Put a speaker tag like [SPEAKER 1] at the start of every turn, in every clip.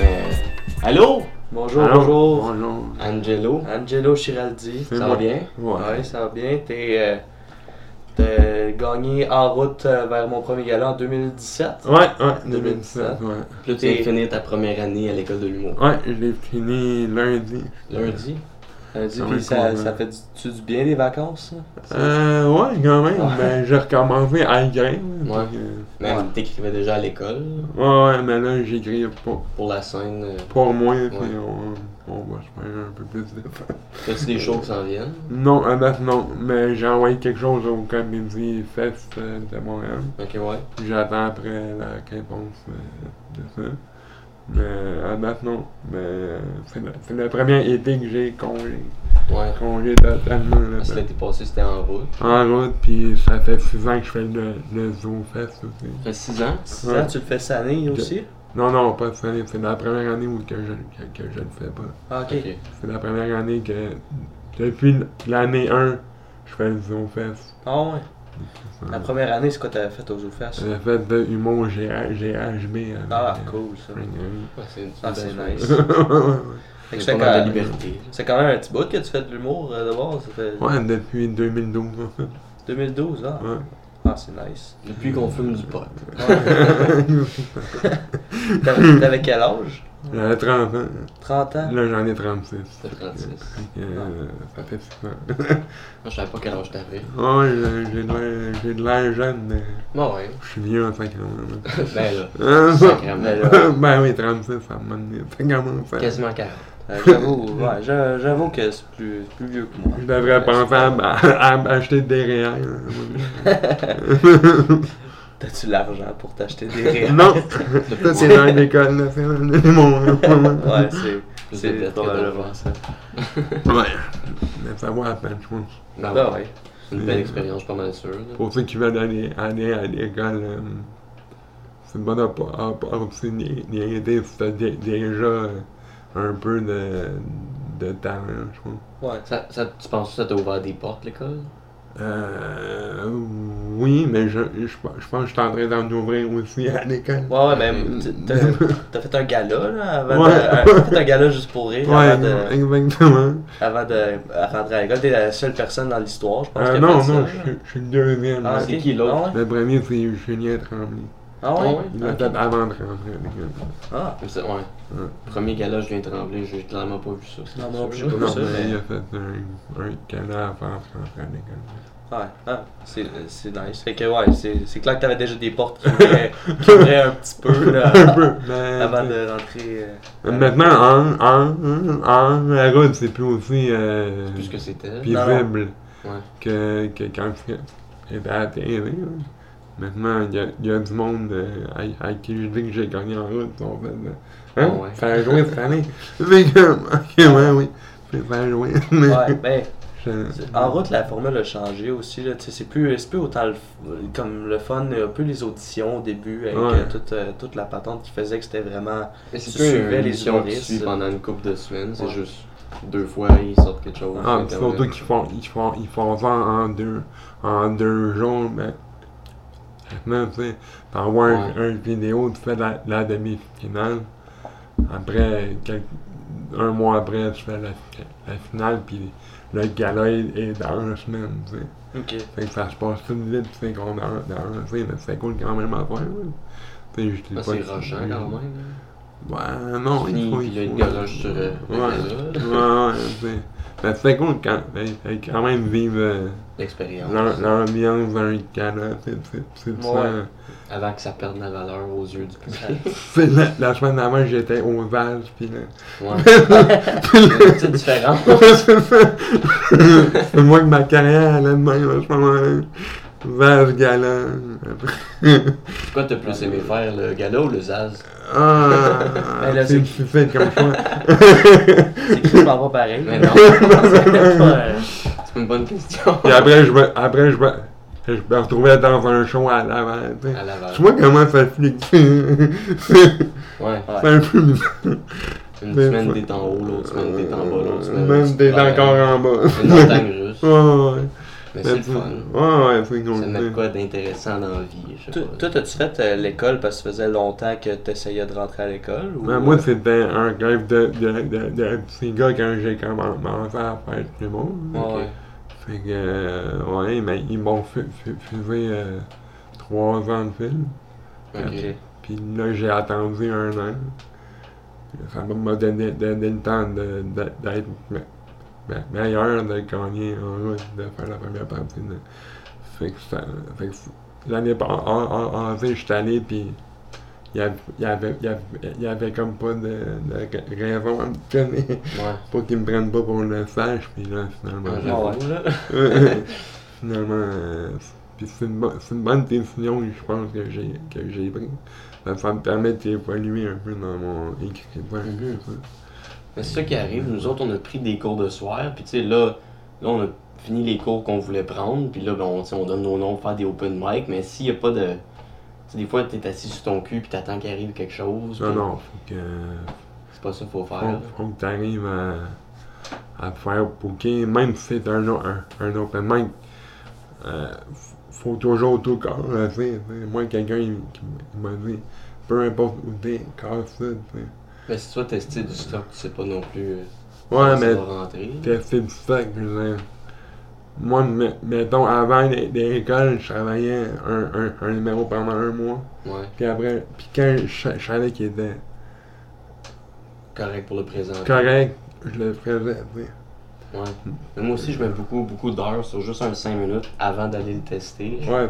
[SPEAKER 1] Euh, Allô?
[SPEAKER 2] Bonjour,
[SPEAKER 3] Allô?
[SPEAKER 2] bonjour.
[SPEAKER 3] Bonjour.
[SPEAKER 1] Angelo,
[SPEAKER 2] Angelo Chiraldi.
[SPEAKER 1] ça va
[SPEAKER 3] moi.
[SPEAKER 1] bien?
[SPEAKER 3] Ouais.
[SPEAKER 2] Ouais, ça va bien. T'es euh, t'as gagné en route euh, vers mon premier gala en 2017.
[SPEAKER 3] Ouais, ouais,
[SPEAKER 2] 2017.
[SPEAKER 3] 2017. Ouais,
[SPEAKER 1] Puis Là, tu viens de finir ta première année à l'école de l'humour.
[SPEAKER 3] ouais je l'ai fini lundi.
[SPEAKER 1] Lundi.
[SPEAKER 2] Lundi,
[SPEAKER 3] Ça
[SPEAKER 2] puis
[SPEAKER 3] va
[SPEAKER 2] ça,
[SPEAKER 3] cool,
[SPEAKER 2] ça
[SPEAKER 3] hein.
[SPEAKER 2] fait du, du bien les vacances. ça?
[SPEAKER 3] Euh, ouais, quand même.
[SPEAKER 2] Ouais.
[SPEAKER 3] Ben, j'ai recommencé à écrire.
[SPEAKER 1] Ouais.
[SPEAKER 3] puis, euh,
[SPEAKER 1] Même
[SPEAKER 2] Ouais.
[SPEAKER 1] t'écrivais déjà à l'école
[SPEAKER 3] ouais, ouais, mais là, j'écris pour,
[SPEAKER 1] pour la scène. euh,
[SPEAKER 3] pour moi, puis
[SPEAKER 1] Ouais.
[SPEAKER 3] on, on va se faire un peu plus de fun.
[SPEAKER 1] T'as-tu des shows qui s'en viennent?
[SPEAKER 3] Non, à date, non. Mais j'ai envoyé quelque chose au Comedy Fest euh, de Montréal.
[SPEAKER 1] Ok, ouais.
[SPEAKER 3] Puis J'attends après la réponse euh, de ça. Mais à date, non. Mais euh, c'est le, c'est le premier été que j'ai congé.
[SPEAKER 1] Ouais.
[SPEAKER 3] Congé totalement. là,
[SPEAKER 2] Ah,
[SPEAKER 1] Parce que
[SPEAKER 3] ben.
[SPEAKER 1] l'été passé, c'était en route.
[SPEAKER 3] En route, puis ça fait 6 ans que je fais le, le Zoo Fest aussi.
[SPEAKER 1] Ça fait 6 ans.
[SPEAKER 2] Six
[SPEAKER 3] Ouais.
[SPEAKER 2] ans, tu le fais cette année aussi?
[SPEAKER 3] Non, non, pas cette année. C'est la première année où que je, que, que je le fais pas.
[SPEAKER 2] Ah, ok.
[SPEAKER 1] Ok.
[SPEAKER 3] C'est la première année que, depuis l'année 1, je fais le Zoo Fest.
[SPEAKER 2] Ah ouais. La première année, c'est quoi t'avais fait aux Zoufest?
[SPEAKER 3] J'ai fait de humour GH, GHB. avec,
[SPEAKER 2] Ah,
[SPEAKER 3] euh, hein.
[SPEAKER 2] cool ça.
[SPEAKER 3] Frank Gehry.
[SPEAKER 1] Ouais, c'est une
[SPEAKER 2] Ah, c'est
[SPEAKER 1] belle
[SPEAKER 2] nice.
[SPEAKER 1] soirée.
[SPEAKER 2] Fait que
[SPEAKER 1] C'est
[SPEAKER 2] c'est
[SPEAKER 1] pas mal de
[SPEAKER 2] quand,
[SPEAKER 1] liberté.
[SPEAKER 2] c'est quand même un petit bout que tu fais de l'humour euh, de base. Ça fait
[SPEAKER 3] Ouais, depuis 2012, en fait.
[SPEAKER 2] 2012, là.
[SPEAKER 3] hein. Ouais.
[SPEAKER 2] Ah, c'est nice.
[SPEAKER 1] Depuis qu'on fume du pot.
[SPEAKER 2] T'avais t'avais quel âge?
[SPEAKER 3] J'avais 30 ans.
[SPEAKER 2] 30 ans?
[SPEAKER 3] Là, j'en ai 36.
[SPEAKER 1] T'as 36.
[SPEAKER 3] Euh, ça fait 6 ans.
[SPEAKER 1] Moi, je savais pas quel âge t'avais.
[SPEAKER 3] Ah Ouais, j'ai- j'ai de l'air- j'ai de l'air jeune, mais
[SPEAKER 1] Bon, ouais.
[SPEAKER 3] je suis vieux en 50 ans.
[SPEAKER 1] Ben là.
[SPEAKER 3] Euh,
[SPEAKER 1] Sacrément.
[SPEAKER 3] ben oui, 36, ça me donne 50 ça.
[SPEAKER 1] Quasiment 40.
[SPEAKER 2] Euh, j'avoue, ouais, j'a- j'avoue que c'est plus, plus vieux que moi.
[SPEAKER 3] Je devrais penser à, à- à acheter des réels.
[SPEAKER 2] T'as-tu l'argent pour t'acheter des rires?
[SPEAKER 3] non! Ça, c'est dans l'école, là. C'est dans mon.
[SPEAKER 2] Ouais,
[SPEAKER 1] Plus
[SPEAKER 2] c'est.
[SPEAKER 1] de
[SPEAKER 2] C'est
[SPEAKER 1] dettes que
[SPEAKER 2] probablement
[SPEAKER 1] d'enfants.
[SPEAKER 2] ça.
[SPEAKER 3] Ouais. Mais ça vaut la peine, je pense.
[SPEAKER 1] Ben
[SPEAKER 2] Ben
[SPEAKER 1] ouais.
[SPEAKER 2] ouais.
[SPEAKER 1] C'est une belle expérience, je suis pas mal sûr. là.
[SPEAKER 3] Pour ceux qui veulent aller, aller à l'école, euh, c'est une bonne oppo- opportunité si t'as dé- déjà euh, un peu de, de talent, je pense.
[SPEAKER 2] Ouais.
[SPEAKER 1] Ça, ça, tu penses que ça t'a ouvert des portes, l'école?
[SPEAKER 3] Euh, oui, mais je, je, je pense que je suis en train d'en ouvrir aussi à l'école.
[SPEAKER 2] Ouais, ouais, ben, t- t'as- t'as fait un gala, là, avant
[SPEAKER 3] Ouais.
[SPEAKER 2] de. euh, T'as fait un gala juste pour rire,
[SPEAKER 3] Ouais,
[SPEAKER 2] avant de,
[SPEAKER 3] exactement.
[SPEAKER 2] avant de euh, rentrer à l'école. T'es la seule personne dans l'histoire, je pense,
[SPEAKER 3] Euh,
[SPEAKER 2] qui a
[SPEAKER 3] non,
[SPEAKER 2] fait ça,
[SPEAKER 3] non,
[SPEAKER 2] là.
[SPEAKER 3] je, suis- je suis le deuxième.
[SPEAKER 2] Ah,
[SPEAKER 1] C'est
[SPEAKER 2] ok.
[SPEAKER 1] qui l'autre?
[SPEAKER 2] Ah ouais?
[SPEAKER 3] Le premier, c'est Julien Tremblay.
[SPEAKER 2] Ah ouais?
[SPEAKER 1] Ah
[SPEAKER 3] Il l'a
[SPEAKER 2] Ok.
[SPEAKER 3] fait avant de rentrer à l'école.
[SPEAKER 2] Ah,
[SPEAKER 1] Comme ça, ouais.
[SPEAKER 3] Ouais.
[SPEAKER 1] Premier gala, je viens de trembler, j'ai clairement pas vu ça. c'est
[SPEAKER 2] Non,
[SPEAKER 1] sûr.
[SPEAKER 2] non, j'ai pas vu
[SPEAKER 3] Non,
[SPEAKER 2] ça,
[SPEAKER 3] mais euh,
[SPEAKER 2] mais-
[SPEAKER 3] il a fait un, un canard avant de rentrer à l'école.
[SPEAKER 2] ouais, ah, c'est c'est nice. Fait que, ouais, c'est c'est clair que t'avais déjà des portes qui ouvraient, qui ouvraient un petit peu, là,
[SPEAKER 3] Un peu, mais-
[SPEAKER 2] avant de rentrer. euh,
[SPEAKER 3] Euh, Maintenant, en, en, en, la route, c'est plus aussi euh,
[SPEAKER 1] Plus que c'était.
[SPEAKER 3] visible
[SPEAKER 1] Ouais.
[SPEAKER 3] que, que quand j'étais à la télé. hein. Maintenant, il y a, il y a du monde euh, à, à qui je dis que j'ai gagné en route. ils sont fait, euh, hein?
[SPEAKER 1] Ah ouais.
[SPEAKER 3] Ça a joué cette année. C'est comme, ok, ouais, oui. c'est- Ça a joué. Mais,
[SPEAKER 2] Ouais, ben,
[SPEAKER 3] je-
[SPEAKER 2] c'est- en route, la formule a changé aussi. Là, tu sais, c'est plus, c'est plus autant le, f- comme le fun, un peu les auditions au début, avec
[SPEAKER 3] Ouais.
[SPEAKER 2] euh, toute, euh, toute la patente qui faisait que c'était vraiment.
[SPEAKER 1] Mais c'est
[SPEAKER 2] Tu
[SPEAKER 1] peu
[SPEAKER 2] suivais
[SPEAKER 1] une
[SPEAKER 2] les
[SPEAKER 1] émission que tu
[SPEAKER 2] humoristes.
[SPEAKER 1] suis pendant une couple de semaines, c'est
[SPEAKER 2] Ouais.
[SPEAKER 1] juste deux fois, ils sortent quelque chose.
[SPEAKER 3] Ah,
[SPEAKER 1] sur
[SPEAKER 3] pis
[SPEAKER 1] Internet.
[SPEAKER 3] surtout qu'ils font, ils font, ils font ça en deux, en deux jours, mais maintenant, tu sais, t'envoies un-
[SPEAKER 1] Ouais.
[SPEAKER 3] un vidéo, tu fais la, la demi-finale, après, quelques- un mois après, tu fais la, la finale, puis le gala est, est dans une semaine, tu sais.
[SPEAKER 2] Ok.
[SPEAKER 3] Fait que ça se passe tout vite, tu sais, qu'on est dans, dans tu sais, mais c'est cool quand même à faire, là. Tu sais, je dis
[SPEAKER 1] Ah,
[SPEAKER 3] pas
[SPEAKER 1] c'est
[SPEAKER 3] que-
[SPEAKER 1] rochant quand même. là.
[SPEAKER 3] Ouais, non,
[SPEAKER 1] Fini,
[SPEAKER 3] il faut,
[SPEAKER 1] puis
[SPEAKER 3] il
[SPEAKER 1] là,
[SPEAKER 3] faut.
[SPEAKER 1] il galoche sur, euh, le
[SPEAKER 3] ouais.
[SPEAKER 1] gala.
[SPEAKER 3] ouais, ouais, c'est... Mais c'est cool quand, ben, ben, quand même vivre euh,
[SPEAKER 1] L'expérience.
[SPEAKER 3] l'am- l'ambiance d'un gala, c'est, c'est, c'est, ça.
[SPEAKER 2] Ouais.
[SPEAKER 1] Avant que ça perde la valeur aux yeux du public.
[SPEAKER 3] C'est la, la semaine d'avant, j'étais au Vals, pis là...
[SPEAKER 1] Ouais. c'est différent.
[SPEAKER 3] c'est moi que ma carrière allait de même à ce moment-là. Vals, gala...
[SPEAKER 1] Pourquoi t'as plus aimé faire le gala ou le Zaz
[SPEAKER 3] Ah,
[SPEAKER 2] Ben là,
[SPEAKER 3] c'est
[SPEAKER 2] c'est-
[SPEAKER 3] difficile comme choix.
[SPEAKER 2] C'est quasiment pas pareil. euh,
[SPEAKER 1] Mais non, euh,
[SPEAKER 2] Ouais.
[SPEAKER 1] c'est une bonne question.
[SPEAKER 3] Puis après, je me, après, je me, je me retrouvais dans un show à Laval. tu sais.
[SPEAKER 1] À Laval.
[SPEAKER 3] Tu vois comment ça fluctue. C'est
[SPEAKER 1] Ouais.
[SPEAKER 3] un peu bizarre.
[SPEAKER 1] Une
[SPEAKER 3] Mais
[SPEAKER 1] semaine
[SPEAKER 3] faut-
[SPEAKER 1] t'es en haut, l'autre semaine t'es en bas, l'autre semaine.
[SPEAKER 3] ben, Même
[SPEAKER 1] tu
[SPEAKER 3] t'es
[SPEAKER 1] travailles.
[SPEAKER 3] encore en bas.
[SPEAKER 1] Une montagne russe.
[SPEAKER 3] Ouais, ouais.
[SPEAKER 1] Mais
[SPEAKER 3] Mais
[SPEAKER 1] c'est le
[SPEAKER 3] Ben, tu-
[SPEAKER 1] fun.
[SPEAKER 3] Ouais, ouais, faut
[SPEAKER 1] Ça met de
[SPEAKER 3] ignorer.
[SPEAKER 1] quoi d'intéressant dans la vie, je sais
[SPEAKER 2] Toi,
[SPEAKER 1] pas.
[SPEAKER 2] toi, t'as-tu fait euh, l'école parce que ça faisait longtemps que t'essayais de rentrer à l'école? Ou...
[SPEAKER 3] Mais Ben, moi, c'était un rêve de, de, de, de petit gars quand j'ai commencé à faire du monde.
[SPEAKER 2] Ouais,
[SPEAKER 1] Ok.
[SPEAKER 2] ouais.
[SPEAKER 3] Fait que, euh, ouais, mais ils m'ont fait, fait, fait euh, trois ans de film.
[SPEAKER 1] Ok.
[SPEAKER 2] Ok.
[SPEAKER 3] Puis là, j'ai attendu un an. Ça m'a donné, donné le temps de- de- d'être me- me- meilleur, de gagner en route, de faire la première partie. de- Fait que ça- fait que f- l'année pa- en- en- en fait, j'étais allé, puis il y avait, il y avait, il y avait- il y avait comme pas de, de raison à me donner
[SPEAKER 1] Ouais.
[SPEAKER 3] pour qu'ils me prennent pas pour le sage, puis là, finalement.
[SPEAKER 1] Ouais,
[SPEAKER 3] j'ai-
[SPEAKER 1] j'avoue.
[SPEAKER 2] Ah, Ouais, là.
[SPEAKER 3] Euh, Finalement, euh, puis c'est une, bo- c'est une bonne décision, je pense, que j'ai que j'ai pris. Ça, ça me permet d'évoluer un peu dans mon écriture.
[SPEAKER 1] Mhm.
[SPEAKER 3] tout ça.
[SPEAKER 1] Mais c'est ça qui arrive, nous autres, on a pris des cours de soir, puis tu sais, là, là, on a fini les cours qu'on voulait prendre, puis là, ben, on, tu sais, on donne nos noms pour faire des open mic, mais s'il n'y a pas de. Tu sais, des fois, t'es assis sur ton cul, puis t'attends qu'il arrive quelque chose.
[SPEAKER 3] Non,
[SPEAKER 1] puis
[SPEAKER 3] non, faut que,
[SPEAKER 1] C'est pas ça qu'il faut faire.
[SPEAKER 3] faut,
[SPEAKER 1] là.
[SPEAKER 3] faut que t'arrives à, à te faire booker, même si c'est un, o- un, un open mic. euh, f- faut toujours tout casser. tu sais. Moi, quelqu'un il- qui m- il m'a dit, peu importe où t'es, casse ça. tu sais.
[SPEAKER 1] Mais si toi, tester du stock, tu sais pas non plus. euh,
[SPEAKER 3] Ouais,
[SPEAKER 1] si
[SPEAKER 3] mais
[SPEAKER 1] ça va rentrer.
[SPEAKER 3] T'as fait du stock, je veux dire. Moi, me- mettons, avant les- les écoles, je travaillais un, un, un numéro pendant un mois.
[SPEAKER 1] Ouais,
[SPEAKER 3] Puis après, puis quand je, sa- je savais qu'il était
[SPEAKER 1] correct pour le présent.
[SPEAKER 3] correct, je le faisais, tu sais.
[SPEAKER 1] Ouais. Mais moi aussi, je mets beaucoup, beaucoup d'heures sur juste un 5 minutes avant d'aller le tester. Je
[SPEAKER 3] Ouais,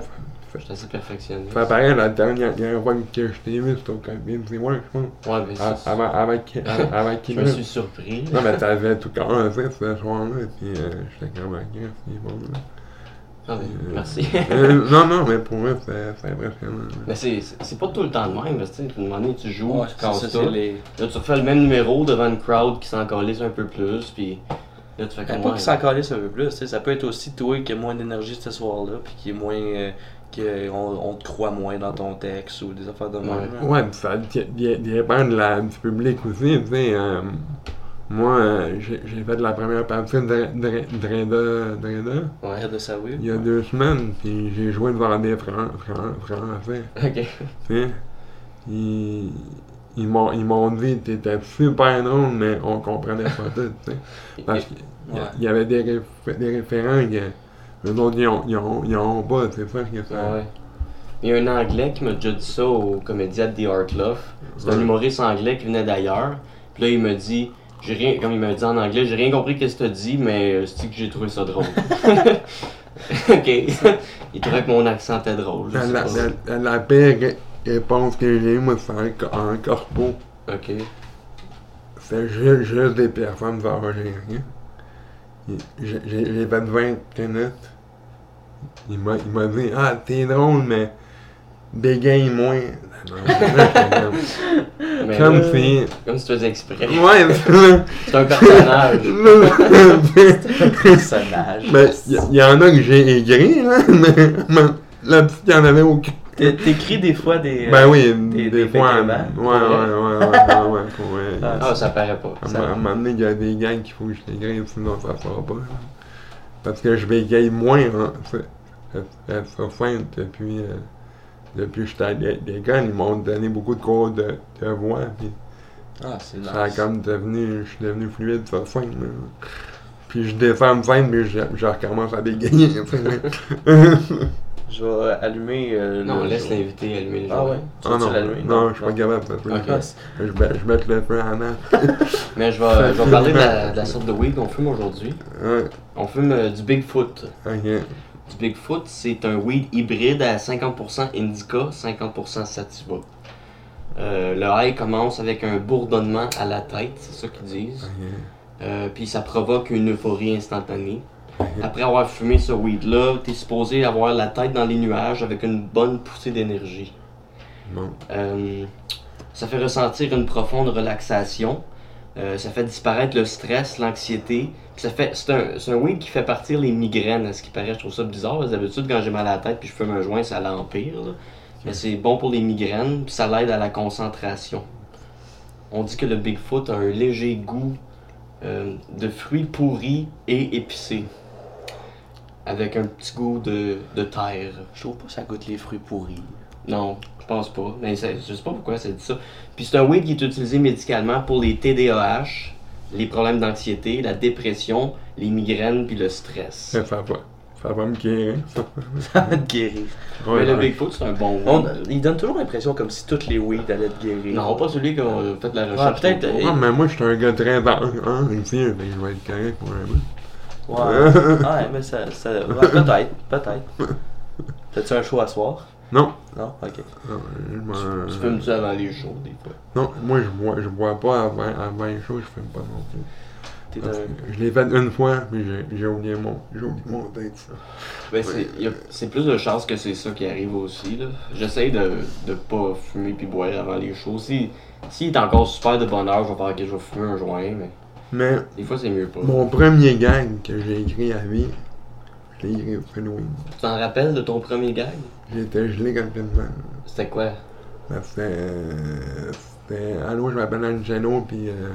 [SPEAKER 1] je suis assez perfectionniste.
[SPEAKER 3] ça paraît la dernière, dernière fois que je t'ai vu, c'était au cabinet, c'est moi, je pense.
[SPEAKER 1] Ouais, mais
[SPEAKER 3] A-
[SPEAKER 1] c'est-
[SPEAKER 3] Avant, avant, qu'il- avant, avant
[SPEAKER 1] je
[SPEAKER 3] qu'il
[SPEAKER 1] me
[SPEAKER 3] meure.
[SPEAKER 1] suis surpris.
[SPEAKER 3] Ah, Non, mais t'avais tout commencé ce soir-là, puis euh, j'étais comme, ok, c'est bon, là.
[SPEAKER 1] Ah, ben, merci.
[SPEAKER 3] Euh, non, non, mais pour moi, c'est c'est impressionnant. là.
[SPEAKER 1] Mais c'est- c'est c'est pas tout le temps de même, parce que tu sais, une année tu joues,
[SPEAKER 2] Ouais,
[SPEAKER 1] tu
[SPEAKER 2] ça,
[SPEAKER 1] casses
[SPEAKER 2] ça,
[SPEAKER 1] tout.
[SPEAKER 2] c'est les.
[SPEAKER 1] Là tu refais le même numéro devant une crowd qui s'en calisse un peu plus, puis là tu fais
[SPEAKER 2] Quand
[SPEAKER 1] comme
[SPEAKER 2] Euh, pas
[SPEAKER 1] ouais,
[SPEAKER 2] qu'ils s'en calissent un peu plus, tu sais, ça peut être aussi toi qui a moins d'énergie ce soir-là, puis qui est moins. qu'on on te croit moins dans ton texte ou des affaires de même. là.
[SPEAKER 3] Ouais, pis ça dé- dé- dépend de la, du public aussi, tu sais. euh, moi, euh, j'ai j'ai fait la première partie de Dre- Dre- Dreda, Dreda
[SPEAKER 1] Ouais,
[SPEAKER 2] Arrête de ça, oui.
[SPEAKER 3] il y a deux semaines, puis j'ai joué devant des Fran Fran Français,
[SPEAKER 1] ok.
[SPEAKER 3] tu sais. Ils, ils m'ont ils m'ont dit que t'étais super drôle, mais on comprenait pas tout, tu sais. Parce qu'il y, a-
[SPEAKER 2] Ouais.
[SPEAKER 3] il y avait des, réf- des référents que eux autres, ils ont, ils ont, ils ont pas, c'est ça que ça...
[SPEAKER 1] Ah Ouais. Il y a un anglais qui m'a déjà dit ça au comédien de The Art Love. C'est un
[SPEAKER 3] Ouais.
[SPEAKER 1] humoriste anglais qui venait d'ailleurs. Puis là il me dit, j'ai rien, comme il m'a dit en anglais, j'ai rien compris qu'est-ce que t'as dit, mais euh, c'est que j'ai trouvé ça drôle. ok. il trouvait que mon accent était drôle. je
[SPEAKER 3] La,
[SPEAKER 1] sais
[SPEAKER 3] la,
[SPEAKER 1] pas.
[SPEAKER 3] la, la pire ré- réponse que j'ai eue, moi, c'est en, co- en corpo.
[SPEAKER 1] Ok.
[SPEAKER 3] C'est juste, juste des personnes âgées. hein. Et J'ai j'ai- j'ai fait 20 minutes. Il m'a il m'a dit Ah, t'es drôle, mais bégaye moins.
[SPEAKER 1] Mais
[SPEAKER 3] Comme
[SPEAKER 1] là,
[SPEAKER 3] si.
[SPEAKER 1] comme si tu faisais exprès.
[SPEAKER 3] Ouais,
[SPEAKER 1] C'est un personnage.
[SPEAKER 2] personnage.
[SPEAKER 3] Mais Ben, il y, y en a que j'ai aigri, là, mais, mais la petite, il y en avait aucun.
[SPEAKER 2] T'é- T'écris des fois des. euh,
[SPEAKER 3] Ben oui, des,
[SPEAKER 2] des- des
[SPEAKER 3] fois. Ouais, ouais,
[SPEAKER 2] bégaiements.
[SPEAKER 3] ouais, ouais, ouais, ouais, pour, euh,
[SPEAKER 2] Ah,
[SPEAKER 1] Ah, ça paraît pas.
[SPEAKER 3] À un
[SPEAKER 2] Ça-
[SPEAKER 3] moment- à un moment donné, il y a des gangs qu'il faut que je dégrade, sinon ça sort pas. là. Parce que je bégaye moins hein, sur- sur- euh, sur scène depuis, euh, depuis que j'étais à l'é- l'école. Ils m'ont donné beaucoup de cours de, de voix. Puis
[SPEAKER 2] Ah, c'est
[SPEAKER 3] ça a
[SPEAKER 2] nice.
[SPEAKER 3] comme devenu, je suis devenu fluide sur scène. là. Puis je descends de scène, mais je, je recommence à bégayer. tu sais, là.
[SPEAKER 2] Je vais allumer. euh,
[SPEAKER 1] Non,
[SPEAKER 2] le-
[SPEAKER 1] laisse l'invité allumer le
[SPEAKER 2] Ah ouais. Tu
[SPEAKER 3] Ah
[SPEAKER 2] vas-tu
[SPEAKER 3] non,
[SPEAKER 2] l'allumer?
[SPEAKER 3] non, je suis pas capable de
[SPEAKER 1] Ok.
[SPEAKER 3] faire ça. Je, vais- je mets le feu à la
[SPEAKER 1] Mais je vais, je vais parler de la, de la sorte de weed qu'on fume aujourd'hui.
[SPEAKER 3] Ouais,
[SPEAKER 1] On fume euh, du Bigfoot.
[SPEAKER 3] ok.
[SPEAKER 1] Du Bigfoot, c'est un weed hybride à 50% indica, 50% sativa. Euh, le high commence avec un bourdonnement à la tête, c'est ça qu'ils disent.
[SPEAKER 3] ok,
[SPEAKER 1] Euh, puis ça provoque une euphorie instantanée.
[SPEAKER 3] ok.
[SPEAKER 1] Après avoir fumé ce weed-là, t'es supposé avoir la tête dans les nuages avec une bonne poussée d'énergie.
[SPEAKER 3] Bon.
[SPEAKER 1] Euh, ça fait ressentir une profonde relaxation. Euh, ça fait disparaître le stress, l'anxiété. Puis ça fait, c'est un, c'est un weed qui fait partir les migraines, à ce qui paraît. Je trouve ça bizarre. parce que D'habitude, quand j'ai mal à la tête puis je fume un joint, ça l'empire. là. Mais c'est bon pour les migraines, puis ça l'aide à la concentration. On dit que le Bigfoot a un léger goût euh, de fruits pourris et épicés. avec un petit goût de, de terre.
[SPEAKER 2] Je trouve pas que ça goûte les fruits pourris.
[SPEAKER 1] Non, je pense pas. Mais c'est- je sais pas pourquoi ça dit ça. Puis c'est un weed qui est utilisé médicalement pour les TDAH, les problèmes d'anxiété, la dépression, les migraines puis le stress.
[SPEAKER 3] Ça va pas. Ça va me guérir. hein. ça.
[SPEAKER 2] Ça va te guérir.
[SPEAKER 1] Mais
[SPEAKER 3] Ouais,
[SPEAKER 1] le
[SPEAKER 3] ouais.
[SPEAKER 1] Bigfoot, c'est un bon weed.
[SPEAKER 2] On, il donne toujours l'impression comme si toutes les weeds allaient te guérir.
[SPEAKER 1] Non, pas celui qu'on a fait de la recherche.
[SPEAKER 2] peut-être,
[SPEAKER 1] autour.
[SPEAKER 2] euh,
[SPEAKER 3] Ouais, mais moi, je suis un gars très dense, hein, ici, fait que je vais être correct hein. pour un bout.
[SPEAKER 2] Ouais, ouais mais ça. ça ouais, peut-être, peut-être. T'as-tu un show à soir?
[SPEAKER 3] Non.
[SPEAKER 2] Non? Ok.
[SPEAKER 3] Non, je m'en-
[SPEAKER 1] Tu fumes-tu avant les shows, des fois?
[SPEAKER 3] Non, moi, je bois, je bois pas avant, avant les choses, je fume pas non plus.
[SPEAKER 2] T'es
[SPEAKER 3] Parce
[SPEAKER 1] Euh.
[SPEAKER 2] un.
[SPEAKER 3] que Je l'ai fait une fois, mais j'ai- j'ai oublié mon, j'ai oublié mon date, ça.
[SPEAKER 1] Ben, c'est- y a- c'est plus de chance que c'est ça qui arrive aussi. là. J'essaie de ne pas fumer puis boire avant les shows. Si, s'il est encore super de bonne heure, je vais faire que je vais fumer un joint, mais
[SPEAKER 3] Mais
[SPEAKER 1] des fois c'est mieux pas.
[SPEAKER 3] mon premier gag que j'ai écrit à vie, je l'ai écrit au Halloween.
[SPEAKER 1] Tu t'en rappelles de ton premier gag?
[SPEAKER 3] J'étais gelé complètement.
[SPEAKER 1] C'était quoi?
[SPEAKER 3] Ben, C'était. euh, C'était. Allô, je m'appelle Angelo, pis. Euh,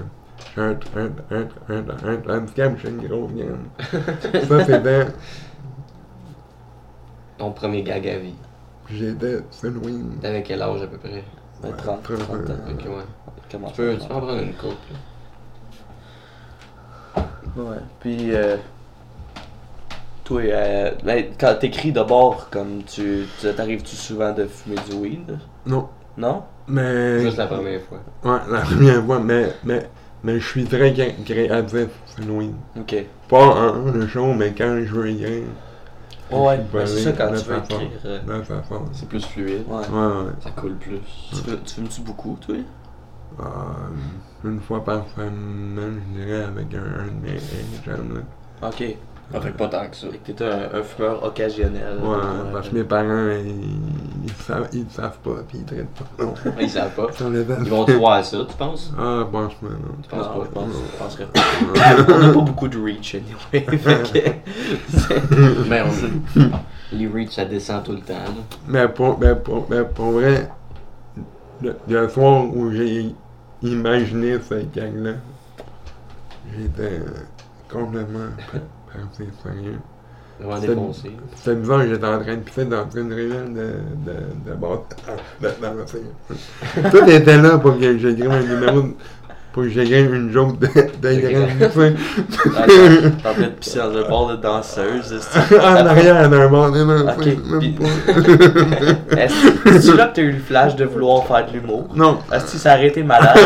[SPEAKER 3] j'ai un, un, un, un, un, un handicap, j'ai une grosse gamme. Ça, c'était.
[SPEAKER 1] Ton premier gag à vie.
[SPEAKER 3] J'étais Halloween.
[SPEAKER 1] T'avais quel âge à peu près?
[SPEAKER 2] Ouais, 30, 30 ans.
[SPEAKER 1] Ok, ouais.
[SPEAKER 2] euh, Comment
[SPEAKER 1] Tu peux, tu peux en prendre une coupe.
[SPEAKER 2] Ouais. Puis, euh, toi, euh, ben, quand t'écris d'abord, comme tu, tu- t'arrives-tu souvent de fumer du weed?
[SPEAKER 3] Non.
[SPEAKER 2] Non?
[SPEAKER 3] Mais.
[SPEAKER 1] Juste la première fois.
[SPEAKER 3] Ouais, la première fois, mais. Mais, mais je suis très cré- créatif, Halloween.
[SPEAKER 2] Ok.
[SPEAKER 3] Pas en le show, mais quand je veux écrire.
[SPEAKER 2] Ouais,
[SPEAKER 3] je peux
[SPEAKER 2] ben, c'est ça
[SPEAKER 3] aller
[SPEAKER 2] quand
[SPEAKER 3] de
[SPEAKER 2] tu veux
[SPEAKER 3] façon-
[SPEAKER 2] écrire. euh,
[SPEAKER 3] De façon.
[SPEAKER 1] C'est plus fluide.
[SPEAKER 2] Ouais.
[SPEAKER 3] Ouais, ouais.
[SPEAKER 1] Ça coule plus.
[SPEAKER 2] Tu, fais- tu fumes-tu beaucoup, toi?
[SPEAKER 3] Euh, une fois par semaine, je dirais, avec un, un de mes chums, là.
[SPEAKER 2] Ok.
[SPEAKER 1] Ça fait pas tant que ça.
[SPEAKER 2] Fait que t'es un, un fumeur occasionnel.
[SPEAKER 3] Ouais, parce que mes parents, ils, ils savent, ils savent pas, puis ils traitent pas. Non.
[SPEAKER 1] Ils savent pas.
[SPEAKER 3] Sur les
[SPEAKER 1] Ils vont te voir ça, tu penses?
[SPEAKER 3] Ah, franchement, non.
[SPEAKER 1] Je pense
[SPEAKER 2] Non, je
[SPEAKER 1] pas.
[SPEAKER 2] pense, je penserais pas. On n'a pas beaucoup de reach, anyway. fait que c'est-
[SPEAKER 1] Mais Les reach, ça descend tout le temps. là.
[SPEAKER 3] Mais pour, mais pour, mais pour vrai, le, le soir où j'ai imaginé ce gang-là, j'étais complètement parti sérieux.
[SPEAKER 1] Vraiment
[SPEAKER 3] C'est-
[SPEAKER 1] défoncé.
[SPEAKER 3] C'était bizarre, j'étais en train de pisser dans une ruelle de, de, de bord. De, dans le fil. Tout était là pour que j'écrive un numéro, de- pour que j'écrive une joke de, de graine, tu sais.
[SPEAKER 2] Ah, T'es t'es en train de pisser dans un bar de danseuse. est-ce que-
[SPEAKER 3] En arrière d'un bord, tu sais, même
[SPEAKER 2] Ok,
[SPEAKER 3] pas-
[SPEAKER 2] puis-
[SPEAKER 3] même pas.
[SPEAKER 2] Est-ce que c'est là que t'as eu le flash de vouloir faire de l'humour?
[SPEAKER 3] Non,
[SPEAKER 2] Est-ce que ça a été malade?